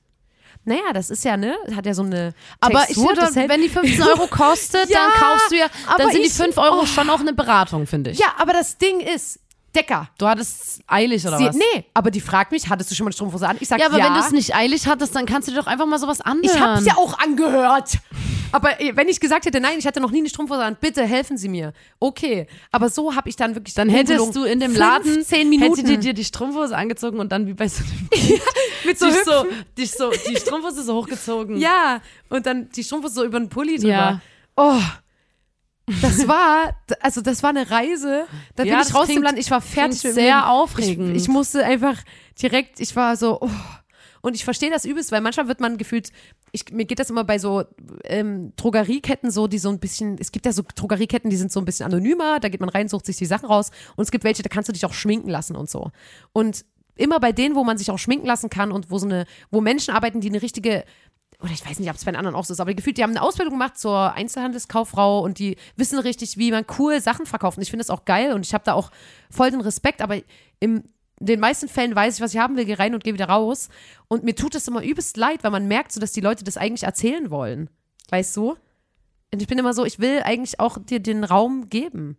Naja, das ist ja, ne, hat ja so eine
aber ich
Textur,
finde,
das hält.
wenn die 15 Euro kostet,
Ja,
dann kaufst du ja,
aber
dann sind die
ich- Oh.
5 Euro schon auch eine Beratung, finde ich.
ja, aber das Ding ist, Decker,
Du hattest eilig oder
Sie,
was?
nee, aber die fragt mich, hattest du schon mal eine Strumpfhose an? Ich sag,
Ja,
ja,
aber wenn du es nicht eilig hattest, dann kannst du dir doch einfach mal sowas anhören.
ich hab's ja auch angehört. Aber äh, wenn ich gesagt hätte, nein, ich hatte noch nie eine Strumpfhose an, bitte helfen Sie mir. Okay, aber so habe ich dann wirklich
Dann hättest du in dem Laden
zehn
hätte dir,
Minuten
dir die Strümpfhose angezogen und dann wie bei so einem
mit so,
dich so,
hüpfen.
dich so die Strumpfhose so hochgezogen.
ja und dann die Strumpfhose so über den Pulli drüber.
Ja.
Oh, das war also das war eine Reise. Da
Ja,
bin
das
ich raus dem
klingt-
Land. Ich war fertig.
klingt
mit dem
sehr
Leben.
aufregend.
Ich, ich musste einfach direkt. Ich war so. Oh. Und ich verstehe das übelst, weil manchmal wird man gefühlt. Ich, mir geht das immer bei so ähm, Drogerieketten so, die so ein bisschen, es gibt ja so Drogerieketten, die sind so ein bisschen anonymer, da geht man rein, sucht sich die Sachen raus und es gibt welche, da kannst du dich auch schminken lassen und so. Und immer bei denen, wo man sich auch schminken lassen kann und wo so eine, wo Menschen arbeiten, die eine richtige, oder ich weiß nicht, ob es bei den anderen auch so ist, aber gefühlt, die haben eine Ausbildung gemacht zur Einzelhandelskauffrau und die wissen richtig, wie man cool Sachen verkauft. Und ich finde das auch geil und ich habe da auch voll den Respekt, aber im in den meisten Fällen weiß ich, was ich haben will, gehe rein und gehe wieder raus. Und mir tut das immer übelst leid, weil man merkt so, dass die Leute das eigentlich erzählen wollen. Weißt du? Und ich bin immer so, ich will eigentlich auch dir den Raum geben.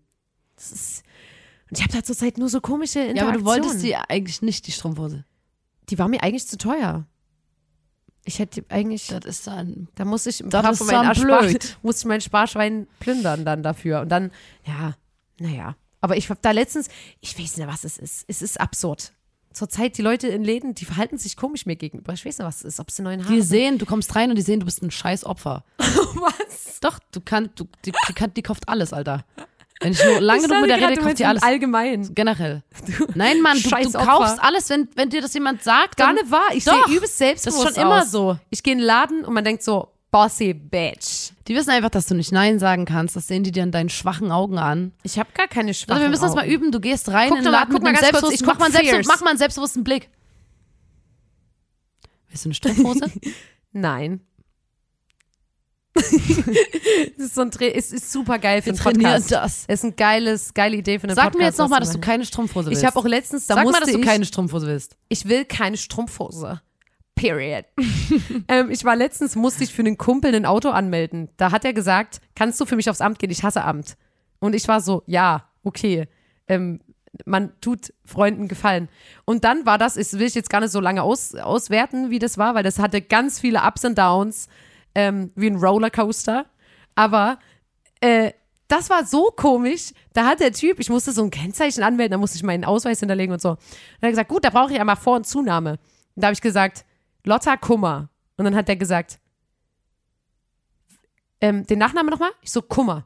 Das ist. Und ich habe da zurzeit nur so komische Interaktionen.
Ja, aber du wolltest die eigentlich nicht, die Strumpfhose.
Die war mir eigentlich zu teuer. Ich hätte die eigentlich.
Das ist dann.
Da muss ich ein
Das
paar
ist
von meinen
dann
Erspar
blöd.
muss ich mein Sparschwein plündern dann dafür. Und dann, ja, naja. Aber ich habe da letztens, ich weiß nicht, was es ist. Es ist absurd. Zurzeit die Leute in Läden, die verhalten sich komisch mir gegenüber. Ich weiß nicht, was es ist, ob sie neuen
Die
Haaren.
sehen, du kommst rein und die sehen, du bist ein scheiß Opfer.
was?
Doch, du kannst, du, die, die, kann, die kauft alles, Alter. Wenn ich nur lang
Ich
genug mit der
dachte
rede,
gerade,
kauft
meinst
die alles.
Allgemein.
Generell. Nein, Mann, du, du
Scheiß Opfer.
kaufst alles, wenn, wenn dir das jemand sagt.
Gar
dann-
nicht wahr. Ich
Doch.
sehe übelst
Das
selbstbewusst
ist schon immer
aus.
so.
Ich gehe in den Laden und man denkt so, bossy bitch.
Die wissen einfach, dass du nicht Nein sagen kannst. Das sehen die dir in deinen schwachen Augen an.
Ich habe gar keine Schwachen
Also wir müssen das mal
Augen.
üben. Du gehst rein
Guck
in
doch
den
mal, guck
Laden mit
mal
einem
ganz kurz,
selbstbewussten,
ich
mach,
guck
mal einen selbstbewussten-
fierce.
mach mal einen selbstbewussten Blick. Willst du eine Strumpfhose?
Nein. das ist so ein Dreh, es ist super geil für
Wir
einen
trainieren
Podcast.
das.
Es ist eine geiles, geile Idee für einen
Sag
Podcast.
mir jetzt nochmal,
das
dass
zu
du
machen.
keine Strumpfhose willst.
Ich habe auch letztens, da
Sag mal,
musste
dass du
ich,
keine Strumpfhose willst.
ich will keine Strumpfhose. Period. ähm, ich war letztens, musste ich für einen Kumpel ein Auto anmelden. Da hat er gesagt, kannst du für mich aufs Amt gehen? Ich hasse Amt. Und ich war so, ja, okay. Ähm, man tut Freunden Gefallen. Und dann war das, das will ich jetzt gar nicht so lange aus, auswerten, wie das war, weil das hatte ganz viele Ups und Downs, ähm, wie ein Rollercoaster. Aber äh, das war so komisch. Da hat der Typ, ich musste so ein Kennzeichen anmelden, da musste ich meinen Ausweis hinterlegen und so. Und dann hat er gesagt, gut, da brauche ich einmal Vor- und Zunahme. Und da habe ich gesagt, Lotta Kummer. Und dann hat er gesagt, ähm, den Nachnamen nochmal? Ich so, Kummer.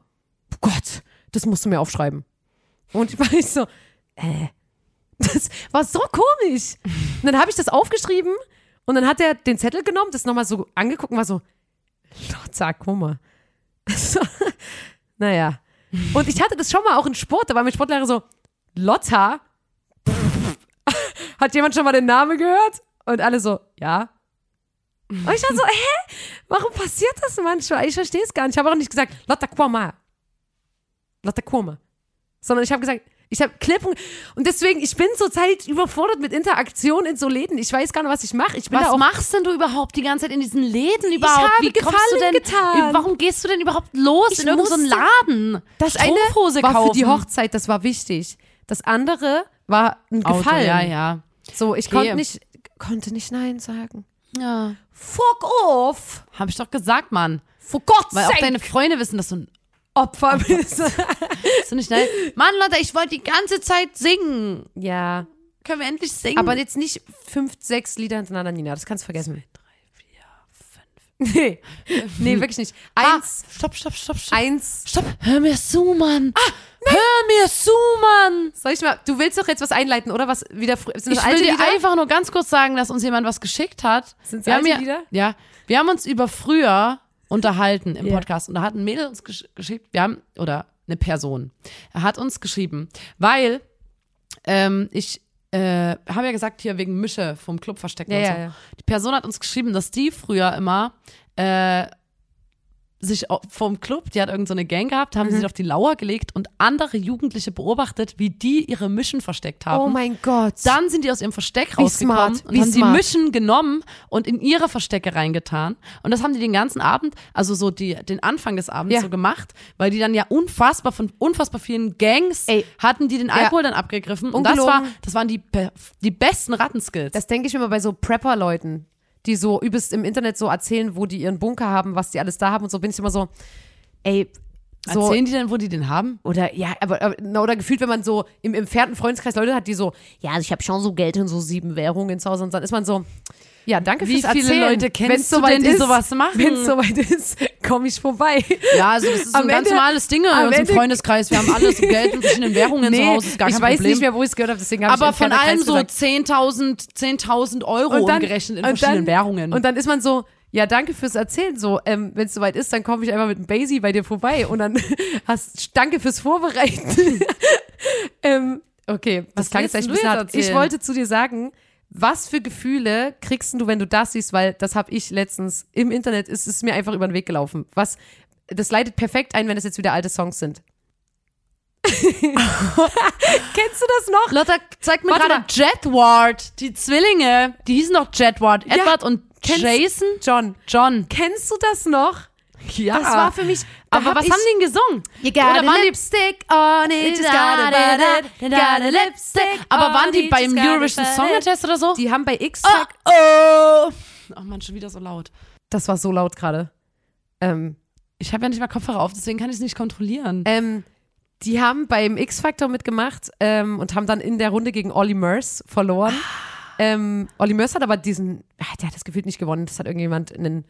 Oh Gott, das musst du mir aufschreiben. Und ich war ich so, äh, das war so komisch. Und dann habe ich das aufgeschrieben und dann hat er den Zettel genommen, das nochmal so angeguckt und war so, Lotta Kummer. So, naja. Und ich hatte das schon mal auch in Sport, da war mein Sportlehrer so, Lotta? Pff, hat jemand schon mal den Namen gehört? Und alle so, ja. Und ich war so, hä? Warum passiert das manchmal? Ich verstehe es gar nicht. Ich habe auch nicht gesagt, Lotta Kurma. Lotta Kurma. Sondern ich habe gesagt, ich habe klipp und, und deswegen, ich bin zurzeit überfordert mit Interaktion in so Läden. Ich weiß gar nicht, was ich mache. Ich bin da
Was
auch
machst denn du überhaupt die ganze Zeit in diesen Läden überhaupt?
habe
Wie kommst du denn?
Gefallen getan.
Warum gehst du denn überhaupt los
Ich
in irgendeinen
musste-
Laden?
Das eine
Strumpfhose
war
kaufen.
für die Hochzeit, das war wichtig. Das andere war ein
Auto,
Gefallen.
ja, ja.
So, ich
Gehe.
konnte nicht, konnte nicht Nein sagen.
Ja.
Fuck off!
Hab ich doch gesagt, Mann.
For God's
Weil auch
sake!
deine Freunde wissen, dass du ein
Opfer
Oh,
bist.
Ist doch nicht nein. Mann, Leute, ich wollte die ganze Zeit singen.
ja.
Können wir endlich singen?
Aber jetzt nicht fünf, sechs Lieder hintereinander, Nina. Das kannst du vergessen. Nee. nee, wirklich nicht.
ah,
Eins,
stopp, stopp, stopp, stopp.
eins.
Stopp, hör mir zu, Mann.
Ah,
hör mir zu, Mann.
Soll ich mal, du willst doch jetzt was einleiten, oder? Was wieder frü- sind das
Ich
Also alte
will dir
Lieder?
einfach nur ganz kurz sagen, dass uns jemand was geschickt hat.
Sind's
Wir haben
alte
ja,
Lieder?
Ja. Wir haben uns über früher unterhalten im
Ja.
Podcast und da hat ein Mädel uns gesch geschickt, wir haben, oder eine Person, hat uns geschrieben, weil Ähm, ich äh, habe ja gesagt, hier wegen Mische vom Club verstecken
Ja,
und
ja,
so.
ja.
Die Person hat uns geschrieben, dass die früher immer äh, sich au- vom Club, die hat irgendeine so eine Gang gehabt, haben sie
Mhm.
sich auf die Lauer gelegt und andere Jugendliche beobachtet, wie die ihre Mischen versteckt haben.
Oh mein Gott.
Dann sind die aus ihrem Versteck rausgekommen
smart,
und
wie
haben
smart.
die Mischen genommen und in ihre Verstecke reingetan. Und das haben die den ganzen Abend, also so die, den Anfang des Abends
Ja.
so gemacht, weil die dann ja unfassbar von unfassbar vielen Gangs
Ey.
hatten die den Alkohol dann abgegriffen. Und das war,
Ungelogen.
das waren die, pe- die besten Rattenskills.
Das denke ich mir immer bei so Prepper-Leuten, die so übelst im Internet so erzählen, wo die ihren Bunker haben, was die alles da haben und so, bin ich immer so, ey, so.
Erzählen die denn, wo die den haben?
Oder ja, aber, aber na, oder gefühlt, wenn man so im entfernten Freundeskreis Leute hat, die so, ja, also ich habe schon so Geld in so sieben Währungen zu Hause und dann ist man so, ja, danke
Wie
fürs
viele
Erzählen.
Leute kennst
Wenn's
du
soweit
denn, die
ist,
sowas machen?
Wenn es soweit ist, komme ich vorbei.
Ja, also das ist
Am
ein ganz
Ende-
normales Ding in
am
unserem
Ende-
Freundeskreis. Wir haben alles Geld in verschiedenen Währungen zu Hause, ist gar
ich
kein
weiß
Problem.
nicht mehr, wo ich es gehört habe, deswegen habe ich
aber von
entfernter
allem
Kreis
so
gesagt.
10.000 10.000 Euro umgerechnet in verschiedenen
dann,
Währungen.
Und dann ist man so, ja, danke fürs Erzählen. So, ähm, wenn es soweit ist, dann komme ich einfach mit einem Basie bei dir vorbei und dann hast danke fürs Vorbereiten. ähm, okay, das
Was
klang
willst
jetzt echt ein bisschen
du jetzt
hart. Ich
erzählen?
wollte zu dir sagen, was für Gefühle kriegst denn du, wenn du das siehst? Weil das habe ich letztens im Internet, ist es mir einfach über den Weg gelaufen. Was, das leitet perfekt ein, wenn es jetzt wieder alte Songs sind. Kennst du das noch?
Lotta zeigt mir
Warte
gerade
mal.
Jet Ward, die Zwillinge, die hießen noch Jet Ward, Edward und
kennst-
Jason,
John,
John.
kennst du das noch?
Ja,
Das war für mich. da
aber
hab
was
ich,
haben die denn gesungen?
You got
Oder
a
waren die-
lipstick on it,
Just gotta buy it, got a
lipstick
aber
on
waren die
it,
beim
just gotta
Eurovision
buy it.
Song Contest oder so?
Die haben bei X-Tag...
oh. oh Mann, schon wieder so laut.
Das war so laut gerade. Ähm,
Ich habe ja nicht mal Kopfhörer auf, deswegen kann ich es nicht kontrollieren.
ähm, die haben beim X-Factor mitgemacht ähm, und haben dann in der Runde gegen Olli Murs verloren. Ähm, Olli Murs hat aber diesen... ah, Der hat das Gefühl nicht gewonnen. Das hat irgendjemand... Einen,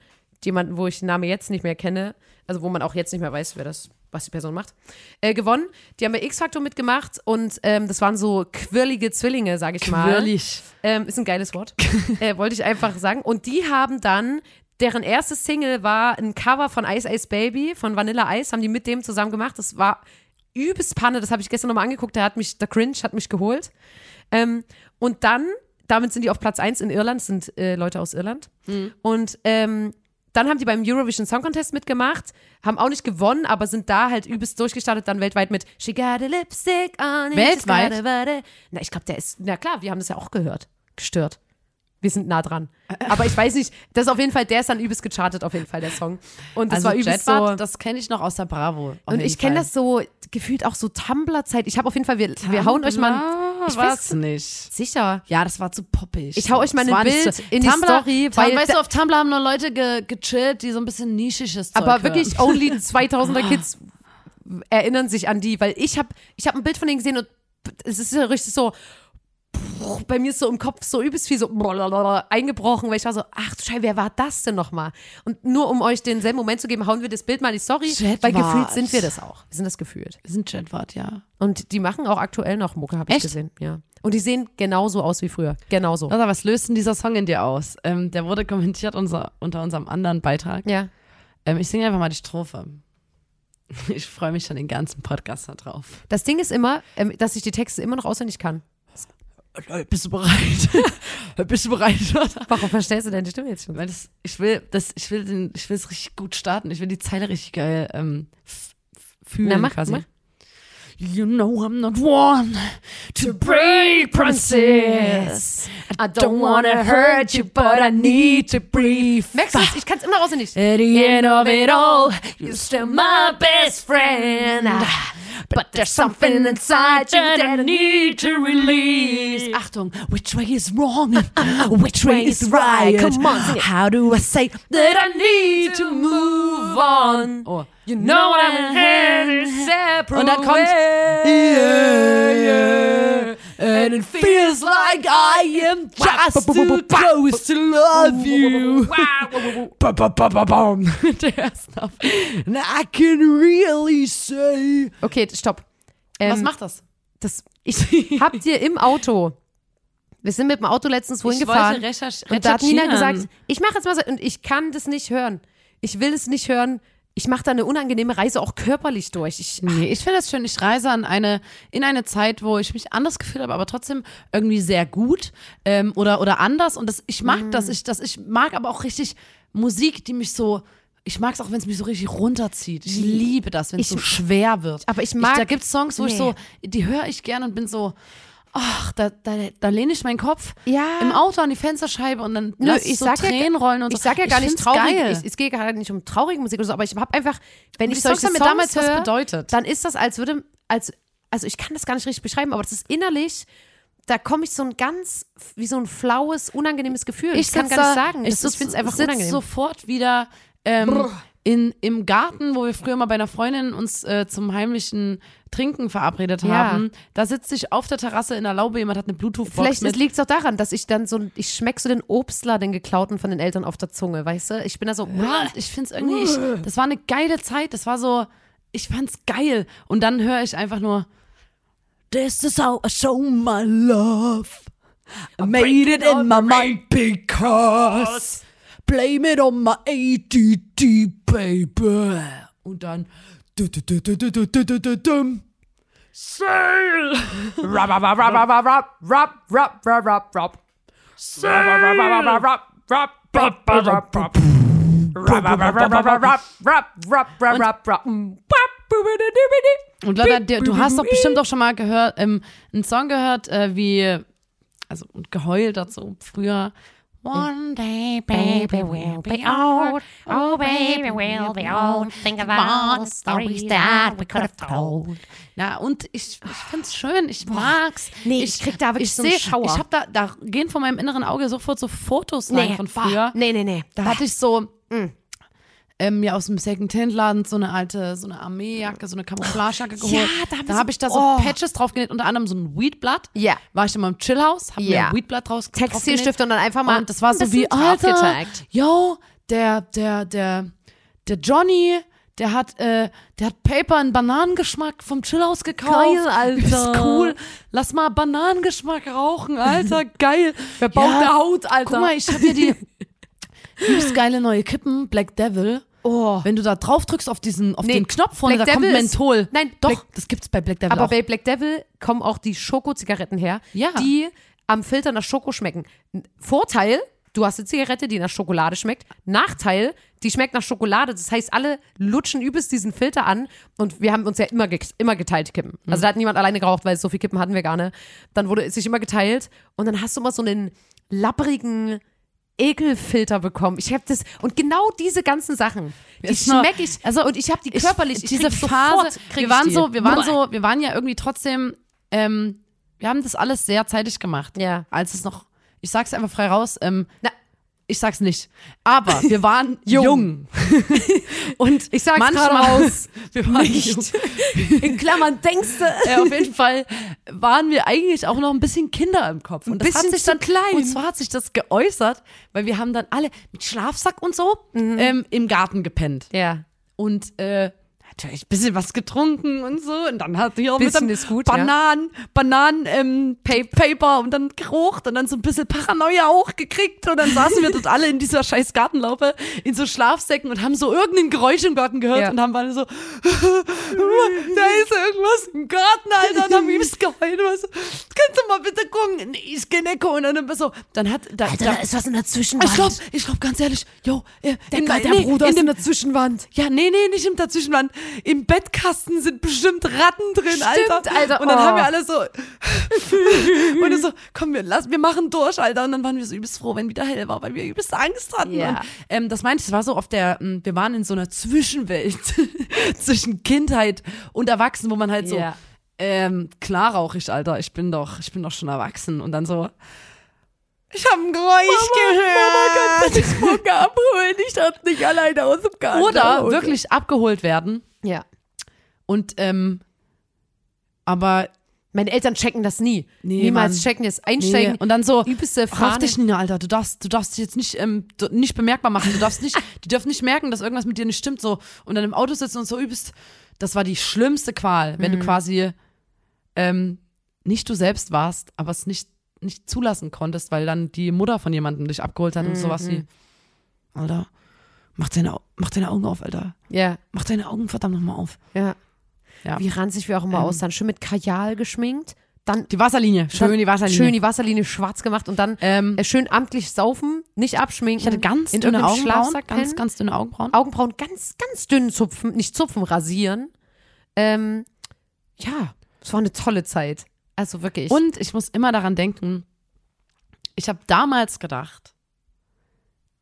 jemanden, wo ich den Namen jetzt nicht mehr kenne. Also wo man auch jetzt nicht mehr weiß, wer das... Was die Person macht, äh, gewonnen. Die haben bei X-Factor mitgemacht und ähm, das waren so quirlige Zwillinge, sag ich mal.
Quirlig.
Ähm, ist ein geiles Wort. äh, wollte ich einfach sagen. Und die haben dann, deren erste Single war ein Cover von Ice Ice Baby, von Vanilla Ice, haben die mit dem zusammen gemacht. Das war übelst Panne, das habe ich gestern nochmal angeguckt. Der hat mich, der Cringe hat mich geholt. Ähm, und dann, damit sind die auf Platz 1 in Irland, sind äh, Leute aus Irland. Und ähm, dann haben die beim Eurovision Song Contest mitgemacht, haben auch nicht gewonnen, aber sind da halt übelst durchgestartet, dann weltweit mit She got a lipstick on it, she's
Weltweit?
got a body. Na, ich glaube, der ist, na klar, wir haben das ja auch gehört. Gestört. Wir sind nah dran. Aber ich weiß nicht, das ist auf jeden Fall, der ist dann übelst gechartet, auf jeden Fall, der Song. Und das
also
war übelst
Jet
so.
Ward, das kenne ich noch aus der Bravo. auf
und
jeden
ich kenne
Fall.
das so, gefühlt auch so Tumblr-Zeit. Ich habe auf jeden Fall, wir, wir hauen euch mal,
Ah,
ich weiß-
weiß nicht.
sicher,
Ja, das war zu poppig.
Ich hau euch mal
Das
ein
war nicht
Bild in die
Tumblr,
Story,
Tum-
weil
weißt
da-
du, auf Tumblr haben nur Leute ge gechillt, die so ein bisschen nischiges Zeug
aber
hören.
wirklich only 2000er Kids erinnern sich an die, weil ich habe ich hab ein Bild von denen gesehen und es ist ja richtig so, bei mir ist so im Kopf so übelst viel so eingebrochen, weil ich war so, ach du Scheiße, wer war das denn nochmal? Und nur um euch denselben Moment zu geben, hauen wir das Bild mal in die Story,
Shit,
weil
was?
gefühlt sind wir das auch. Wir sind das gefühlt.
Wir sind Chatwart, ja.
Und die machen auch aktuell noch Mucke, habe ich
Echt? Oh.
gesehen. Ja. Und die sehen genauso aus wie früher. Genauso.
Lotta, was löst denn dieser Song in dir aus? Ähm, der wurde kommentiert unser, unter unserem anderen Beitrag.
Ja.
Ähm, ich singe einfach mal die Strophe. Ich freue mich schon den ganzen Podcast da drauf.
Das Ding ist immer, ähm, dass ich die Texte immer noch auswendig kann.
Bist du bereit? Bist du bereit, Lotta?
Warum verstellst du deine Stimme jetzt schon?
Weil das, ich will, das, ich will den, ich will es richtig gut starten. Ich will die Zeile richtig geil ähm, f- f- fühlen
Na, mach,
quasi.
mach.
You know I'm not one to break promises. I don't wanna hurt you, but I need to breathe.
Merkst du, das? ich kann es immer noch auswendig.
At the end of it all, you're still my best friend. But there's something inside you that I need to release. Achtung, which way is wrong? Which way is right?
Come on, sing it.
How do I say that I need to move on? Oh. You know I'm
separate.
Und dann kommt yeah, yeah. And it feels like I am just too close to love you. Ba, ba, ba, ba, bam. Der erste Lauf. And I can really say.
Okay, stopp. Ähm,
das?
das? Ich hab dir im Auto. Wir sind mit dem Auto letztens wohin gefahren.
recherch
Und da hat Nina gesagt, ich mache jetzt mal so. Und ich kann das nicht hören. Ich will es nicht hören. ich mache da eine unangenehme Reise auch körperlich durch. Ich,
Nee, ich finde das schön. Ich reise an eine, in eine Zeit, wo ich mich anders gefühlt habe, aber trotzdem irgendwie sehr gut ähm, oder, oder anders. Und das, ich
Mhm.
mag das. Ich, das. Ich mag aber auch richtig Musik, die mich so. Ich mag es auch, wenn es mich so richtig runterzieht. Ich liebe das, wenn es
Hm. Ich-
so schwer wird.
aber ich mag-
da gibt es Songs, wo ich
Nee.
so, die höre ich gern und bin so. Ach, da, da, da lehne ich meinen Kopf
Ja.
im Auto an die Fensterscheibe und dann
Nö,
lass ich,
ich
so
sag ja-
Tränen rollen und so.
ich sag ja gar nicht
find's
traurig.
Geil.
Ich, es geht gar nicht um traurige Musik oder so, aber ich habe einfach, wenn
Und
ich
die
solche
Songs haben
Songs
mir damals was
höre,
bedeutet.
dann ist das, als würde, als, also ich kann das gar nicht richtig beschreiben, aber das ist innerlich, da komme ich so ein ganz, wie so ein flaues, unangenehmes Gefühl. Ich, kann
sitz
gar nicht
da-
sagen. das, ich
sitz-
finde es einfach
sitz
unangenehm.
sofort wieder ähm, in, im Garten, wo wir früher mal bei einer Freundin uns äh, zum heimlichen Trinken verabredet
Ja.
haben. Da sitze ich auf der Terrasse in der Laube, jemand hat eine Bluetooth-Box
Vielleicht
mit.
liegt es auch daran, dass ich dann so, ein- ich schmecke so den Obstler, den geklauten von den Eltern auf der Zunge, weißt du? Ich bin da so,
Ah, Ich finde es irgendwie, ich, das war eine geile Zeit. Das war so, ich fand's geil. Und dann höre ich einfach nur This is how I show my love. I made it in my mind because blame it on my ADD, baby. Und dann du, du, du, du, du, du, du, du, du, dum. Sail.
Rub, rub, rub, rub, rub, rub, rub, rub, rub, rub, rub. Rub, rub, rub, rub, rub, rub, rub, rub, rub, rub. Rub, rub, rub, rub, rub, rub, rub, rub, rub, rub, rub. Mm, bap, boo, boo, doo, doo, doo, doo.
Und Lotta, dir- du hast doch bestimmt auch schon mal gehört, ähm, einen Song gehört, äh, wie, also und geheult dazu früher. One day, baby, we'll be old.
Oh, baby, we'll be old. Think about all the stories that we could have told.
Na, und ich, ich find's schön, ich mag's.
Nee, ich krieg da wirklich
ich
so einen
seh-
Schauer.
Ich hab da, da gehen vor meinem inneren Auge sofort so Fotos rein von
bah, Mm.
früher.
nee, nee, nee.
Da hatte ich so ähm, mir aus dem Second-Hand-Laden so eine alte, so eine Armeejacke, so eine Camouflagejacke geholt.
da haben
da
sie-
habe ich da so
oh.
Patches drauf genäht, unter anderem so ein Weedblatt.
Ja.
War ich in meinem Chillhaus, hab mir
Ja.
ein Weedblatt draus
Textilstift und dann einfach mal.
und das war
Ah, ein
so wie,
bisschen drauf
Alter,
gezeigt.
yo, der, der, der, der Johnny, der hat, äh, der hat Paper in Bananengeschmack vom Chillhaus gekauft.
Geil, Alter.
Ist cool. Lass mal Bananengeschmack rauchen, Alter. Geil. Wer
baut da Haut, Alter?
Guck mal, ich hab hier die übelst geile neue Kippen, Black Devil.
Oh.
Wenn du da drauf drückst auf diesen, auf
Nee,
den Knopf vorne,
Black
da kommt
Devil ist-
Menthol.
Nein,
doch,
Black-
das gibt's bei Black Devil
Aber
auch.
bei Black Devil kommen auch die Schokozigaretten her,
Ja.
die am Filter nach Schoko schmecken. N- Vorteil, du hast eine Zigarette, die nach Schokolade schmeckt. Nachteil, die schmeckt nach Schokolade. Das heißt, alle lutschen übelst diesen Filter an und wir haben uns ja immer, ge immer geteilt Kippen.
Mhm.
Also da hat niemand alleine geraucht, weil so viel Kippen hatten wir gar nicht. Dann wurde es sich immer geteilt und dann hast du immer so einen lapprigen Ekelfilter bekommen. Ich habe das und genau diese ganzen Sachen, die
Ist nur-
schmecke ich. Also und ich habe die körperlich. Ich,
diese
krieg
Phase.
Sofort, krieg
wir
ich
waren
die.
so, wir waren so, wir waren ja irgendwie trotzdem. Ähm, wir haben das alles sehr zeitig gemacht.
Ja.
Als es noch, ich sag's einfach frei raus. Ähm,
Na.
ich sag's nicht. Aber wir waren jung.
Jung.
Und
Ich sag's
manchmal
gerade aus.
wir waren jung.
In Klammern denkst du.
Äh, auf jeden Fall waren wir eigentlich auch noch ein bisschen Kinder im Kopf. Und das hat
bisschen
sich
zu
dann
klein.
Und zwar hat sich das geäußert, weil wir haben dann alle mit Schlafsack und so
Mhm.
ähm, im Garten gepennt.
Ja.
und äh, natürlich ein bisschen was getrunken und so. Und dann hat die auch
Bisschen
mit
ist gut,
Bananen, Bananen, ähm, Pa- Paper und dann gerucht und dann so ein bisschen Paranoia auch gekriegt. Und dann saßen wir dort alle in dieser scheiß Gartenlaufe in so Schlafsäcken und haben so irgendein Geräusch im Garten gehört
Ja.
und haben alle so, da ist irgendwas im Garten, Alter, und haben übelst geheult. Und war so, kannst du mal bitte gucken? Nee, ich geh nicht gucken. Und dann war so, dann hat, da, da,
ist was in der Zwischenwand.
ich glaub, ich glaub ganz ehrlich, yo, äh, in,
Gott, der Bruder
in
ist
dem
in der Zwischenwand.
ja, nee, nee, nicht im Dazwischenland. Im Bettkasten sind bestimmt Ratten drin,
Stimmt,
Alter.
Alter,
Und dann
oh.
haben wir alle so. und so, komm, wir, lass, wir machen durch, Alter. Und dann waren wir so übelst froh, wenn wieder hell war, weil wir übelst Angst hatten.
Ja.
Und, ähm, das meinte ich, es war so auf der. ähm, Wir waren in so einer Zwischenwelt zwischen Kindheit und Erwachsenen, wo man halt so.
Ja.
Ähm, klar rauch ich, Alter. Ich bin doch, ich bin doch schon erwachsen. Und dann so. Ich habe ein Geräusch gehört. Mama, kannst du dich morgen abholen? Ich darf nicht alleine aus dem Garten. Oder
raus.
wirklich abgeholt werden.
Ja.
Und ähm, aber
Meine Eltern checken das nie.
Nee,
Niemals
Mann.
checken das
nee.
Einstecken.
und dann so
Übelste
Raff
Fahne.
dich, Nina, Alter. Du darfst, du darfst dich jetzt nicht, ähm, d- nicht bemerkbar machen. Du darfst nicht, die dürfen nicht merken, dass irgendwas mit dir nicht stimmt. So und dann im Auto sitzen und so übelst. Das war die schlimmste Qual, wenn du quasi ähm, nicht du selbst warst, aber es nicht nicht Mhm. zulassen konntest, weil dann die Mutter von jemandem dich abgeholt hat und sowas wie, Alter, Mach deine, Au- mach deine Augen auf, Alter.
Ja,
Mach deine Augen verdammt nochmal auf.
ja.
Ja. Ähm.
Wie ranzig wir auch immer aussahen. Schön mit Kajal geschminkt. Dann
Die Wasserlinie, schön die Wasserlinie.
schön die Wasserlinie schwarz gemacht und dann
Ähm,
äh, schön amtlich saufen, nicht abschminken.
ich hatte ganz
in
dünne
irgendeinem
Augenbrauen.
Schlafsack
Ganz,
pennen.
ganz dünne Augenbrauen.
Augenbrauen ganz, ganz dünn zupfen, nicht zupfen, rasieren. Ähm, ja, es war eine tolle Zeit. Also wirklich.
Und ich muss immer daran denken, ich habe damals gedacht,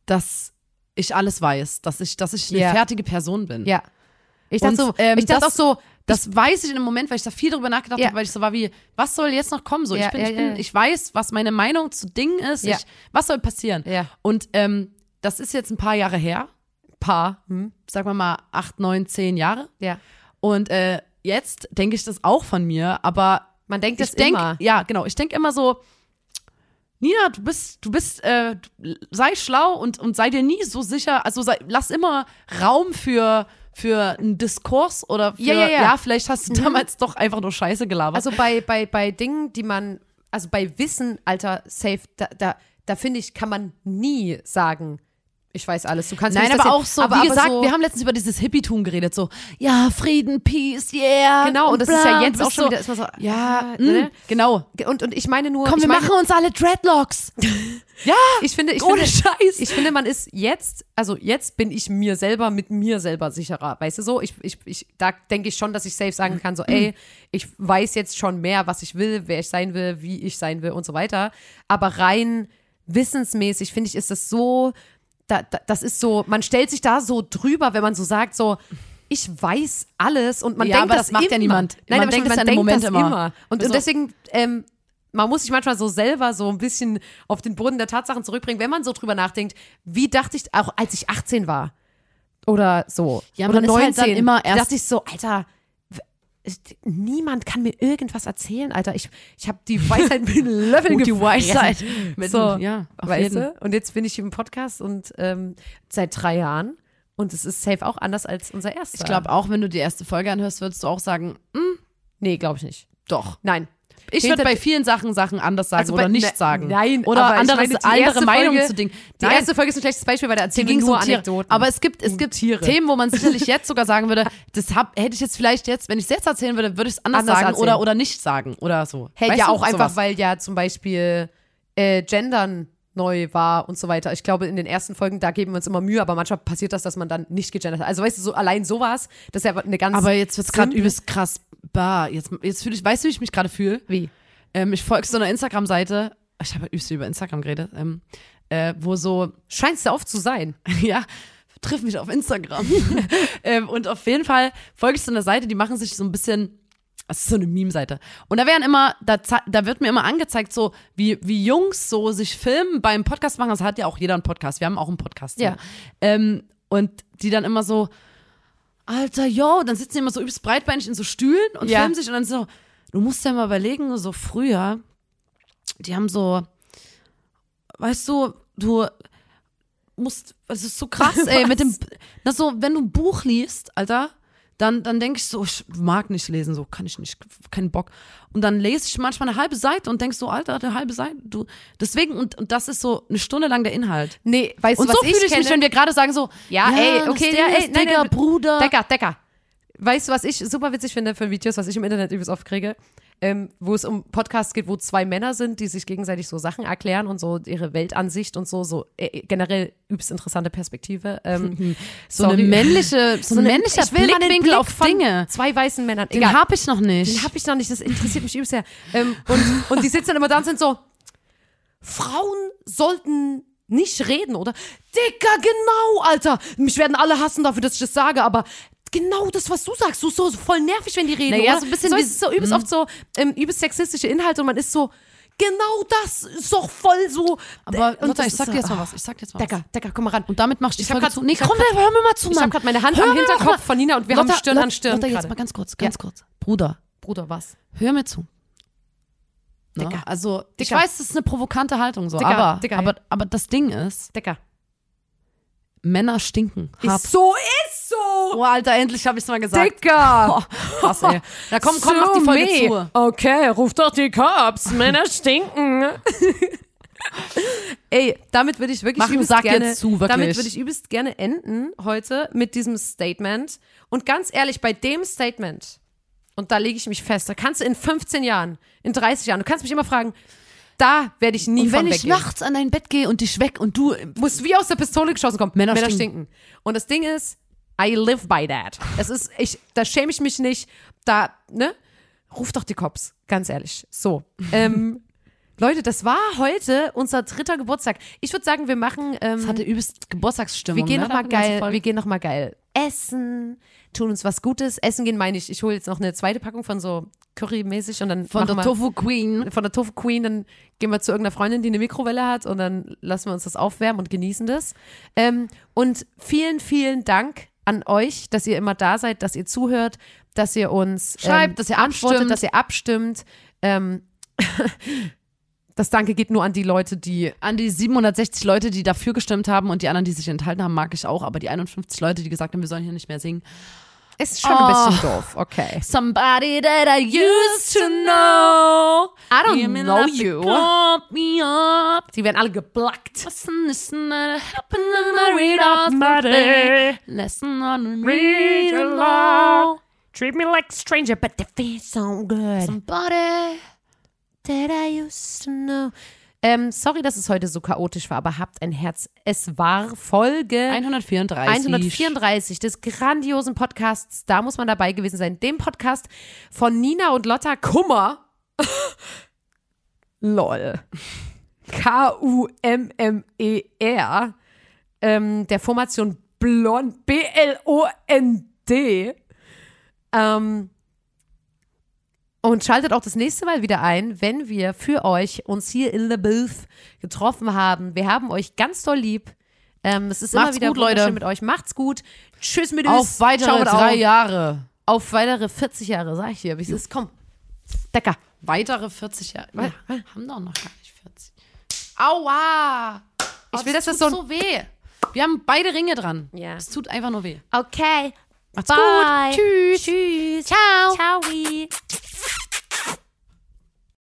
dass ich alles weiß, dass ich, dass ich eine
Ja.
fertige Person bin.
ja. Ich dachte,
Und,
so,
ähm,
ich dachte
das-
auch so,
Das weiß ich in dem Moment, weil ich da viel drüber nachgedacht
Ja.
habe, weil ich so war wie, was soll jetzt noch kommen? So,
Ja,
ich, bin,
ja,
ich, bin,
ja.
ich weiß, was meine Meinung zu Dingen ist.
Ja.
Ich, was soll passieren?
Ja.
Und ähm, das ist jetzt ein paar Jahre her. Paar,
Hm.
sagen wir mal acht, neun, zehn Jahre.
ja.
Und äh, jetzt denke ich das auch von mir, aber
Man denkt das
ich denk,
immer.
Ja, genau. Ich denke immer so, Nina, du bist, du bist, äh, du- sei schlau und, und sei dir nie so sicher. Also sei, lass immer Raum für, für einen Diskurs oder für,
Ja, ja, ja.
vielleicht hast du damals doch einfach nur Scheiße gelabert.
Also bei, bei, bei Dingen, die man, also bei Wissen, Alter, safe, da, da, da finde ich, kann man nie sagen, ich weiß alles. Du kannst mir
Nein,
nicht
aber
erzählen.
auch so,
aber,
wie
aber
gesagt,
so,
wir haben letztens über dieses Hippie-Tum geredet, so, ja, Frieden, Peace, yeah.
Genau, und das ist
bla,
ja
und
jetzt
bist
auch schon
so,
wieder, ist man so,
Ja,
ah, ne?
mh, genau.
Und, und ich meine nur,
Komm,
ich
wir
meine,
machen uns alle Dreadlocks. ja,
ich finde, ich finde,
ohne Scheiß.
ich finde, man ist jetzt, also jetzt bin ich mir selber mit mir selber sicherer, weißt du so? Ich, ich, ich, da denke ich schon, dass ich safe sagen kann, so,
Mhm.
ey, ich weiß jetzt schon mehr, was ich will, wer ich sein will, wie ich sein will und so weiter. Aber rein wissensmäßig finde ich, ist das so, da, da, das ist so, man stellt sich da so drüber, wenn man so sagt, so, ich weiß alles und man
Ja,
denkt
aber das macht ja
immer.
niemand. Man
Nein, aber
denkt
schon,
es ja
man
in dem
denkt das
Moment immer.
Und,
Also-
und deswegen ähm, man muss sich manchmal so selber so ein bisschen auf den Boden der Tatsachen zurückbringen, wenn man so drüber nachdenkt, wie dachte ich, auch als ich 18 war oder so.
Ja,
oder
man ist halt dann immer erst-
dachte ich so, Alter, w- ich- niemand kann mir irgendwas erzählen, Alter. Ich, ich habe die Weisheit mit einem Löffel
Gut, die
gefressen.
Weisheit. Mit-
So,
ja, auf
weißt
jeden.
du? Und jetzt bin ich im Podcast und ähm, seit drei Jahren und es ist safe auch anders als unser erster.
Ich glaube, auch wenn du die erste Folge anhörst, würdest du auch sagen,
nee, glaube ich nicht.
Doch.
Nein.
Ich würde
Hinter-
bei vielen Sachen Sachen anders sagen
Also bei-
oder nicht
ne-
sagen.
nein,
oder
aber ich
anderes,
meine, die
andere
erste
Meinungen
Folge-
zu Dingen.
Die
Nein,
erste Folge ist ein schlechtes Beispiel, weil da
mir
erzählen wir
ging's
nur
um Tiere.
Anekdoten.
Aber es gibt, es gibt
Tiere.
Themen, wo man sicherlich jetzt sogar sagen würde, das hab, hätte ich jetzt vielleicht jetzt, wenn ich es jetzt erzählen würde, würde ich es anders,
Anders
sagen
erzählen.
oder, oder nicht sagen oder so.
Hey,
Weißt
ja,
du,
auch einfach,
sowas.
weil ja zum Beispiel äh, Gendern neu war und so weiter. Ich glaube, in den ersten Folgen, da geben wir uns immer Mühe, aber manchmal passiert das, dass man dann nicht gegendert hat. Also weißt du, so allein sowas, das ist ja eine ganz.
Aber jetzt wird's gerade
simple-
übelst krass. Bah, jetzt, jetzt fühle ich, weißt du, wie ich mich gerade fühle?
Wie?
Ähm, ich folge so einer Instagram-Seite. Ich habe übelst viel über Instagram geredet. Ähm, äh, wo so
Scheinst du oft zu sein.
ja, triff mich auf Instagram. ähm, und auf jeden Fall folge ich so einer Seite, die machen sich so ein bisschen. Das ist so eine Meme-Seite. Und da werden immer, da, zei- da wird mir immer angezeigt, so wie, wie Jungs so sich filmen beim Podcast machen. Das hat ja auch jeder einen Podcast. Wir haben auch einen Podcast. so.
Ja.
Ähm, und die dann immer so, Alter, yo, dann sitzen die immer so übelst breitbeinig in so Stühlen und
Ja.
filmen sich und dann so, du musst ja mal überlegen, so früher, die haben so, weißt du, du musst, es ist so krass, ey, mit dem, na so, wenn du ein Buch liest, Alter, dann, dann denke ich so, ich mag nicht lesen, so kann ich nicht, keinen Bock. Und dann lese ich manchmal eine halbe Seite und denk so, Alter, eine halbe Seite, du, deswegen, und, und das ist so eine Stunde lang der Inhalt.
Nee, weißt
Und
du, was
so
ich
fühle ich
kenne?
mich, wenn wir gerade sagen so,
Ja, ey, okay,
das
ja,
Ding
ey,
ist
nein,
dicker
nein,
Bruder.
Decker, Decker. Weißt du, was ich super witzig finde für Videos, was ich im Internet übelst oft kriege? Ähm, wo es um Podcasts geht, wo zwei Männer sind, die sich gegenseitig so Sachen erklären und so ihre Weltansicht und so, so äh, generell übelst interessante Perspektive. Ähm,
so eine männliche, so, ein männlicher
ich will mal den
Blickwinkel
Blick
auf
von
Dinge.
Zwei weißen Männern.
Den
Egal.
hab ich noch nicht.
Den hab ich noch nicht, das interessiert mich übelst sehr. Ähm, und, und die sitzen dann immer da und sind so, Frauen sollten nicht reden, oder? Dicker, genau, Alter. Mich werden alle hassen dafür, dass ich das sage, aber genau das, was du sagst, du so, so voll nervig, wenn die reden,
Naja,
oder?
so ein bisschen
so
wie- hm.
ist es so übelst oft so, ähm, übelst sexistische Inhalte und man ist so, genau das ist doch voll so.
aber
und
Lotta,
das
ich
ist
sag dir
so,
jetzt mal
ah,
was. Ich sag dir jetzt mal was.
Decker, Decker, komm mal ran.
Und damit machst du die
Ich hab
Folge
grad-
zu. Nee,
ich hab
komm, hör mir mal zu, Mann.
ich habe gerade meine Hand
Hör
am
mir mal
Hinterkopf
zu.
von Nina und wir
Lotta,
haben Stirn an
Lotta,
Stirn.
Lotta, jetzt
gerade.
mal ganz kurz, ganz kurz. Bruder,
Bruder, was?
hör mir zu. Ne?
Dicker.
Also, ich
Dicker.
weiß, das ist eine provokante Haltung so,
Dicker,
aber,
Dicker,
aber, aber das Ding ist,
Decker.
Männer stinken. Hab.
Ist so, ist so.
Oh, Alter, endlich habe ich's mal gesagt.
Dicker.
Krass, ey. Na komm, komm, mach die Folge zu.
Okay, ruf doch die Cops. Männer stinken. Ey, damit würde ich wirklich
Mach den
übelst
Sack
gerne,
jetzt zu, wirklich.
damit würde ich übelst gerne enden heute mit diesem Statement. Und ganz ehrlich, bei dem Statement, und da lege ich mich fest, da kannst du in 15 Jahren, in 30 Jahren, du kannst mich immer fragen, da werde ich nie
Und
von
wenn ich
weggehen. Mhm.
nachts an dein Bett gehe und dich weg und du
muss wie aus der Pistole geschossen kommen.
Männer
Männer, stinken. Und das Ding ist, I live by that. Es ist, ich, da schäme ich mich nicht. Da, ne? Ruf doch die Cops, ganz ehrlich. So. Ähm, Leute, das war heute unser dritter Geburtstag. Ich würde sagen, wir machen.
Das
Ähm,
hatte übelst Geburtstagsstimmung.
wir gehen
ne?
nochmal
Da hat die ganze
geil,
Folge-
wir gehen noch mal geil essen, tun uns was Gutes. Essen gehen meine ich, ich hole jetzt noch eine zweite Packung von so Curry-mäßig und dann
Von
machen
der
wir-
Tofu Queen.
von der Tofu Queen, dann gehen wir zu irgendeiner Freundin, die eine Mikrowelle hat und dann lassen wir uns das aufwärmen und genießen das. Ähm, und vielen, vielen Dank an euch, dass ihr immer da seid, dass ihr zuhört, dass ihr uns ähm,
Schreibt, dass ihr abstimmt.
dass ihr abstimmt. Ähm, das Danke geht nur an die Leute, die
An die 760 Leute, die dafür gestimmt haben und die anderen, die sich enthalten haben, mag ich auch. Aber die 51 Leute, die gesagt haben, wir sollen hier nicht mehr singen.
ist schon ein
Oh.
bisschen doof. Okay.
Somebody that I used to know.
I don't
Women
know
love to
you.
Call me up.
Die werden alle geblackt.
Listen, listen, that happened in my radar.
Muddy.
Listen on the
Read
read
along.
along.
Treat me like stranger, but the
Feels so good.
Somebody.
That I used to know. Ähm, sorry, dass es heute so chaotisch war, aber habt ein Herz. Es war Folge
134.
134 des grandiosen Podcasts. Da muss man dabei gewesen sein. Dem Podcast von Nina und Lotta Kummer. Lol. E K-U-M-M-E-R. Ähm, der Formation Blond. B-L-O-N-D. Ähm, und schaltet auch das nächste Mal wieder ein, wenn wir für euch uns hier in the Booth getroffen haben. Wir haben euch ganz doll lieb. Ähm, es ist immer
Macht's
wieder
gut, Leute.
wunderschön mit euch. Macht's gut. Tschüss mit
Auf weitere drei Jahre.
Auf weitere 40 Jahre, sag ich dir. Wie es ist. Komm. Decker.
Weitere 40 Jahre. Wir haben doch noch gar nicht 40.
Aua. Ich will, dass das
tut
so ein
so weh. Wir haben beide Ringe dran.
Ja.
Es tut einfach nur weh.
Okay.
Macht's
Bye.
gut. Tschüss.
Tschüss. Ciao.
Ciao.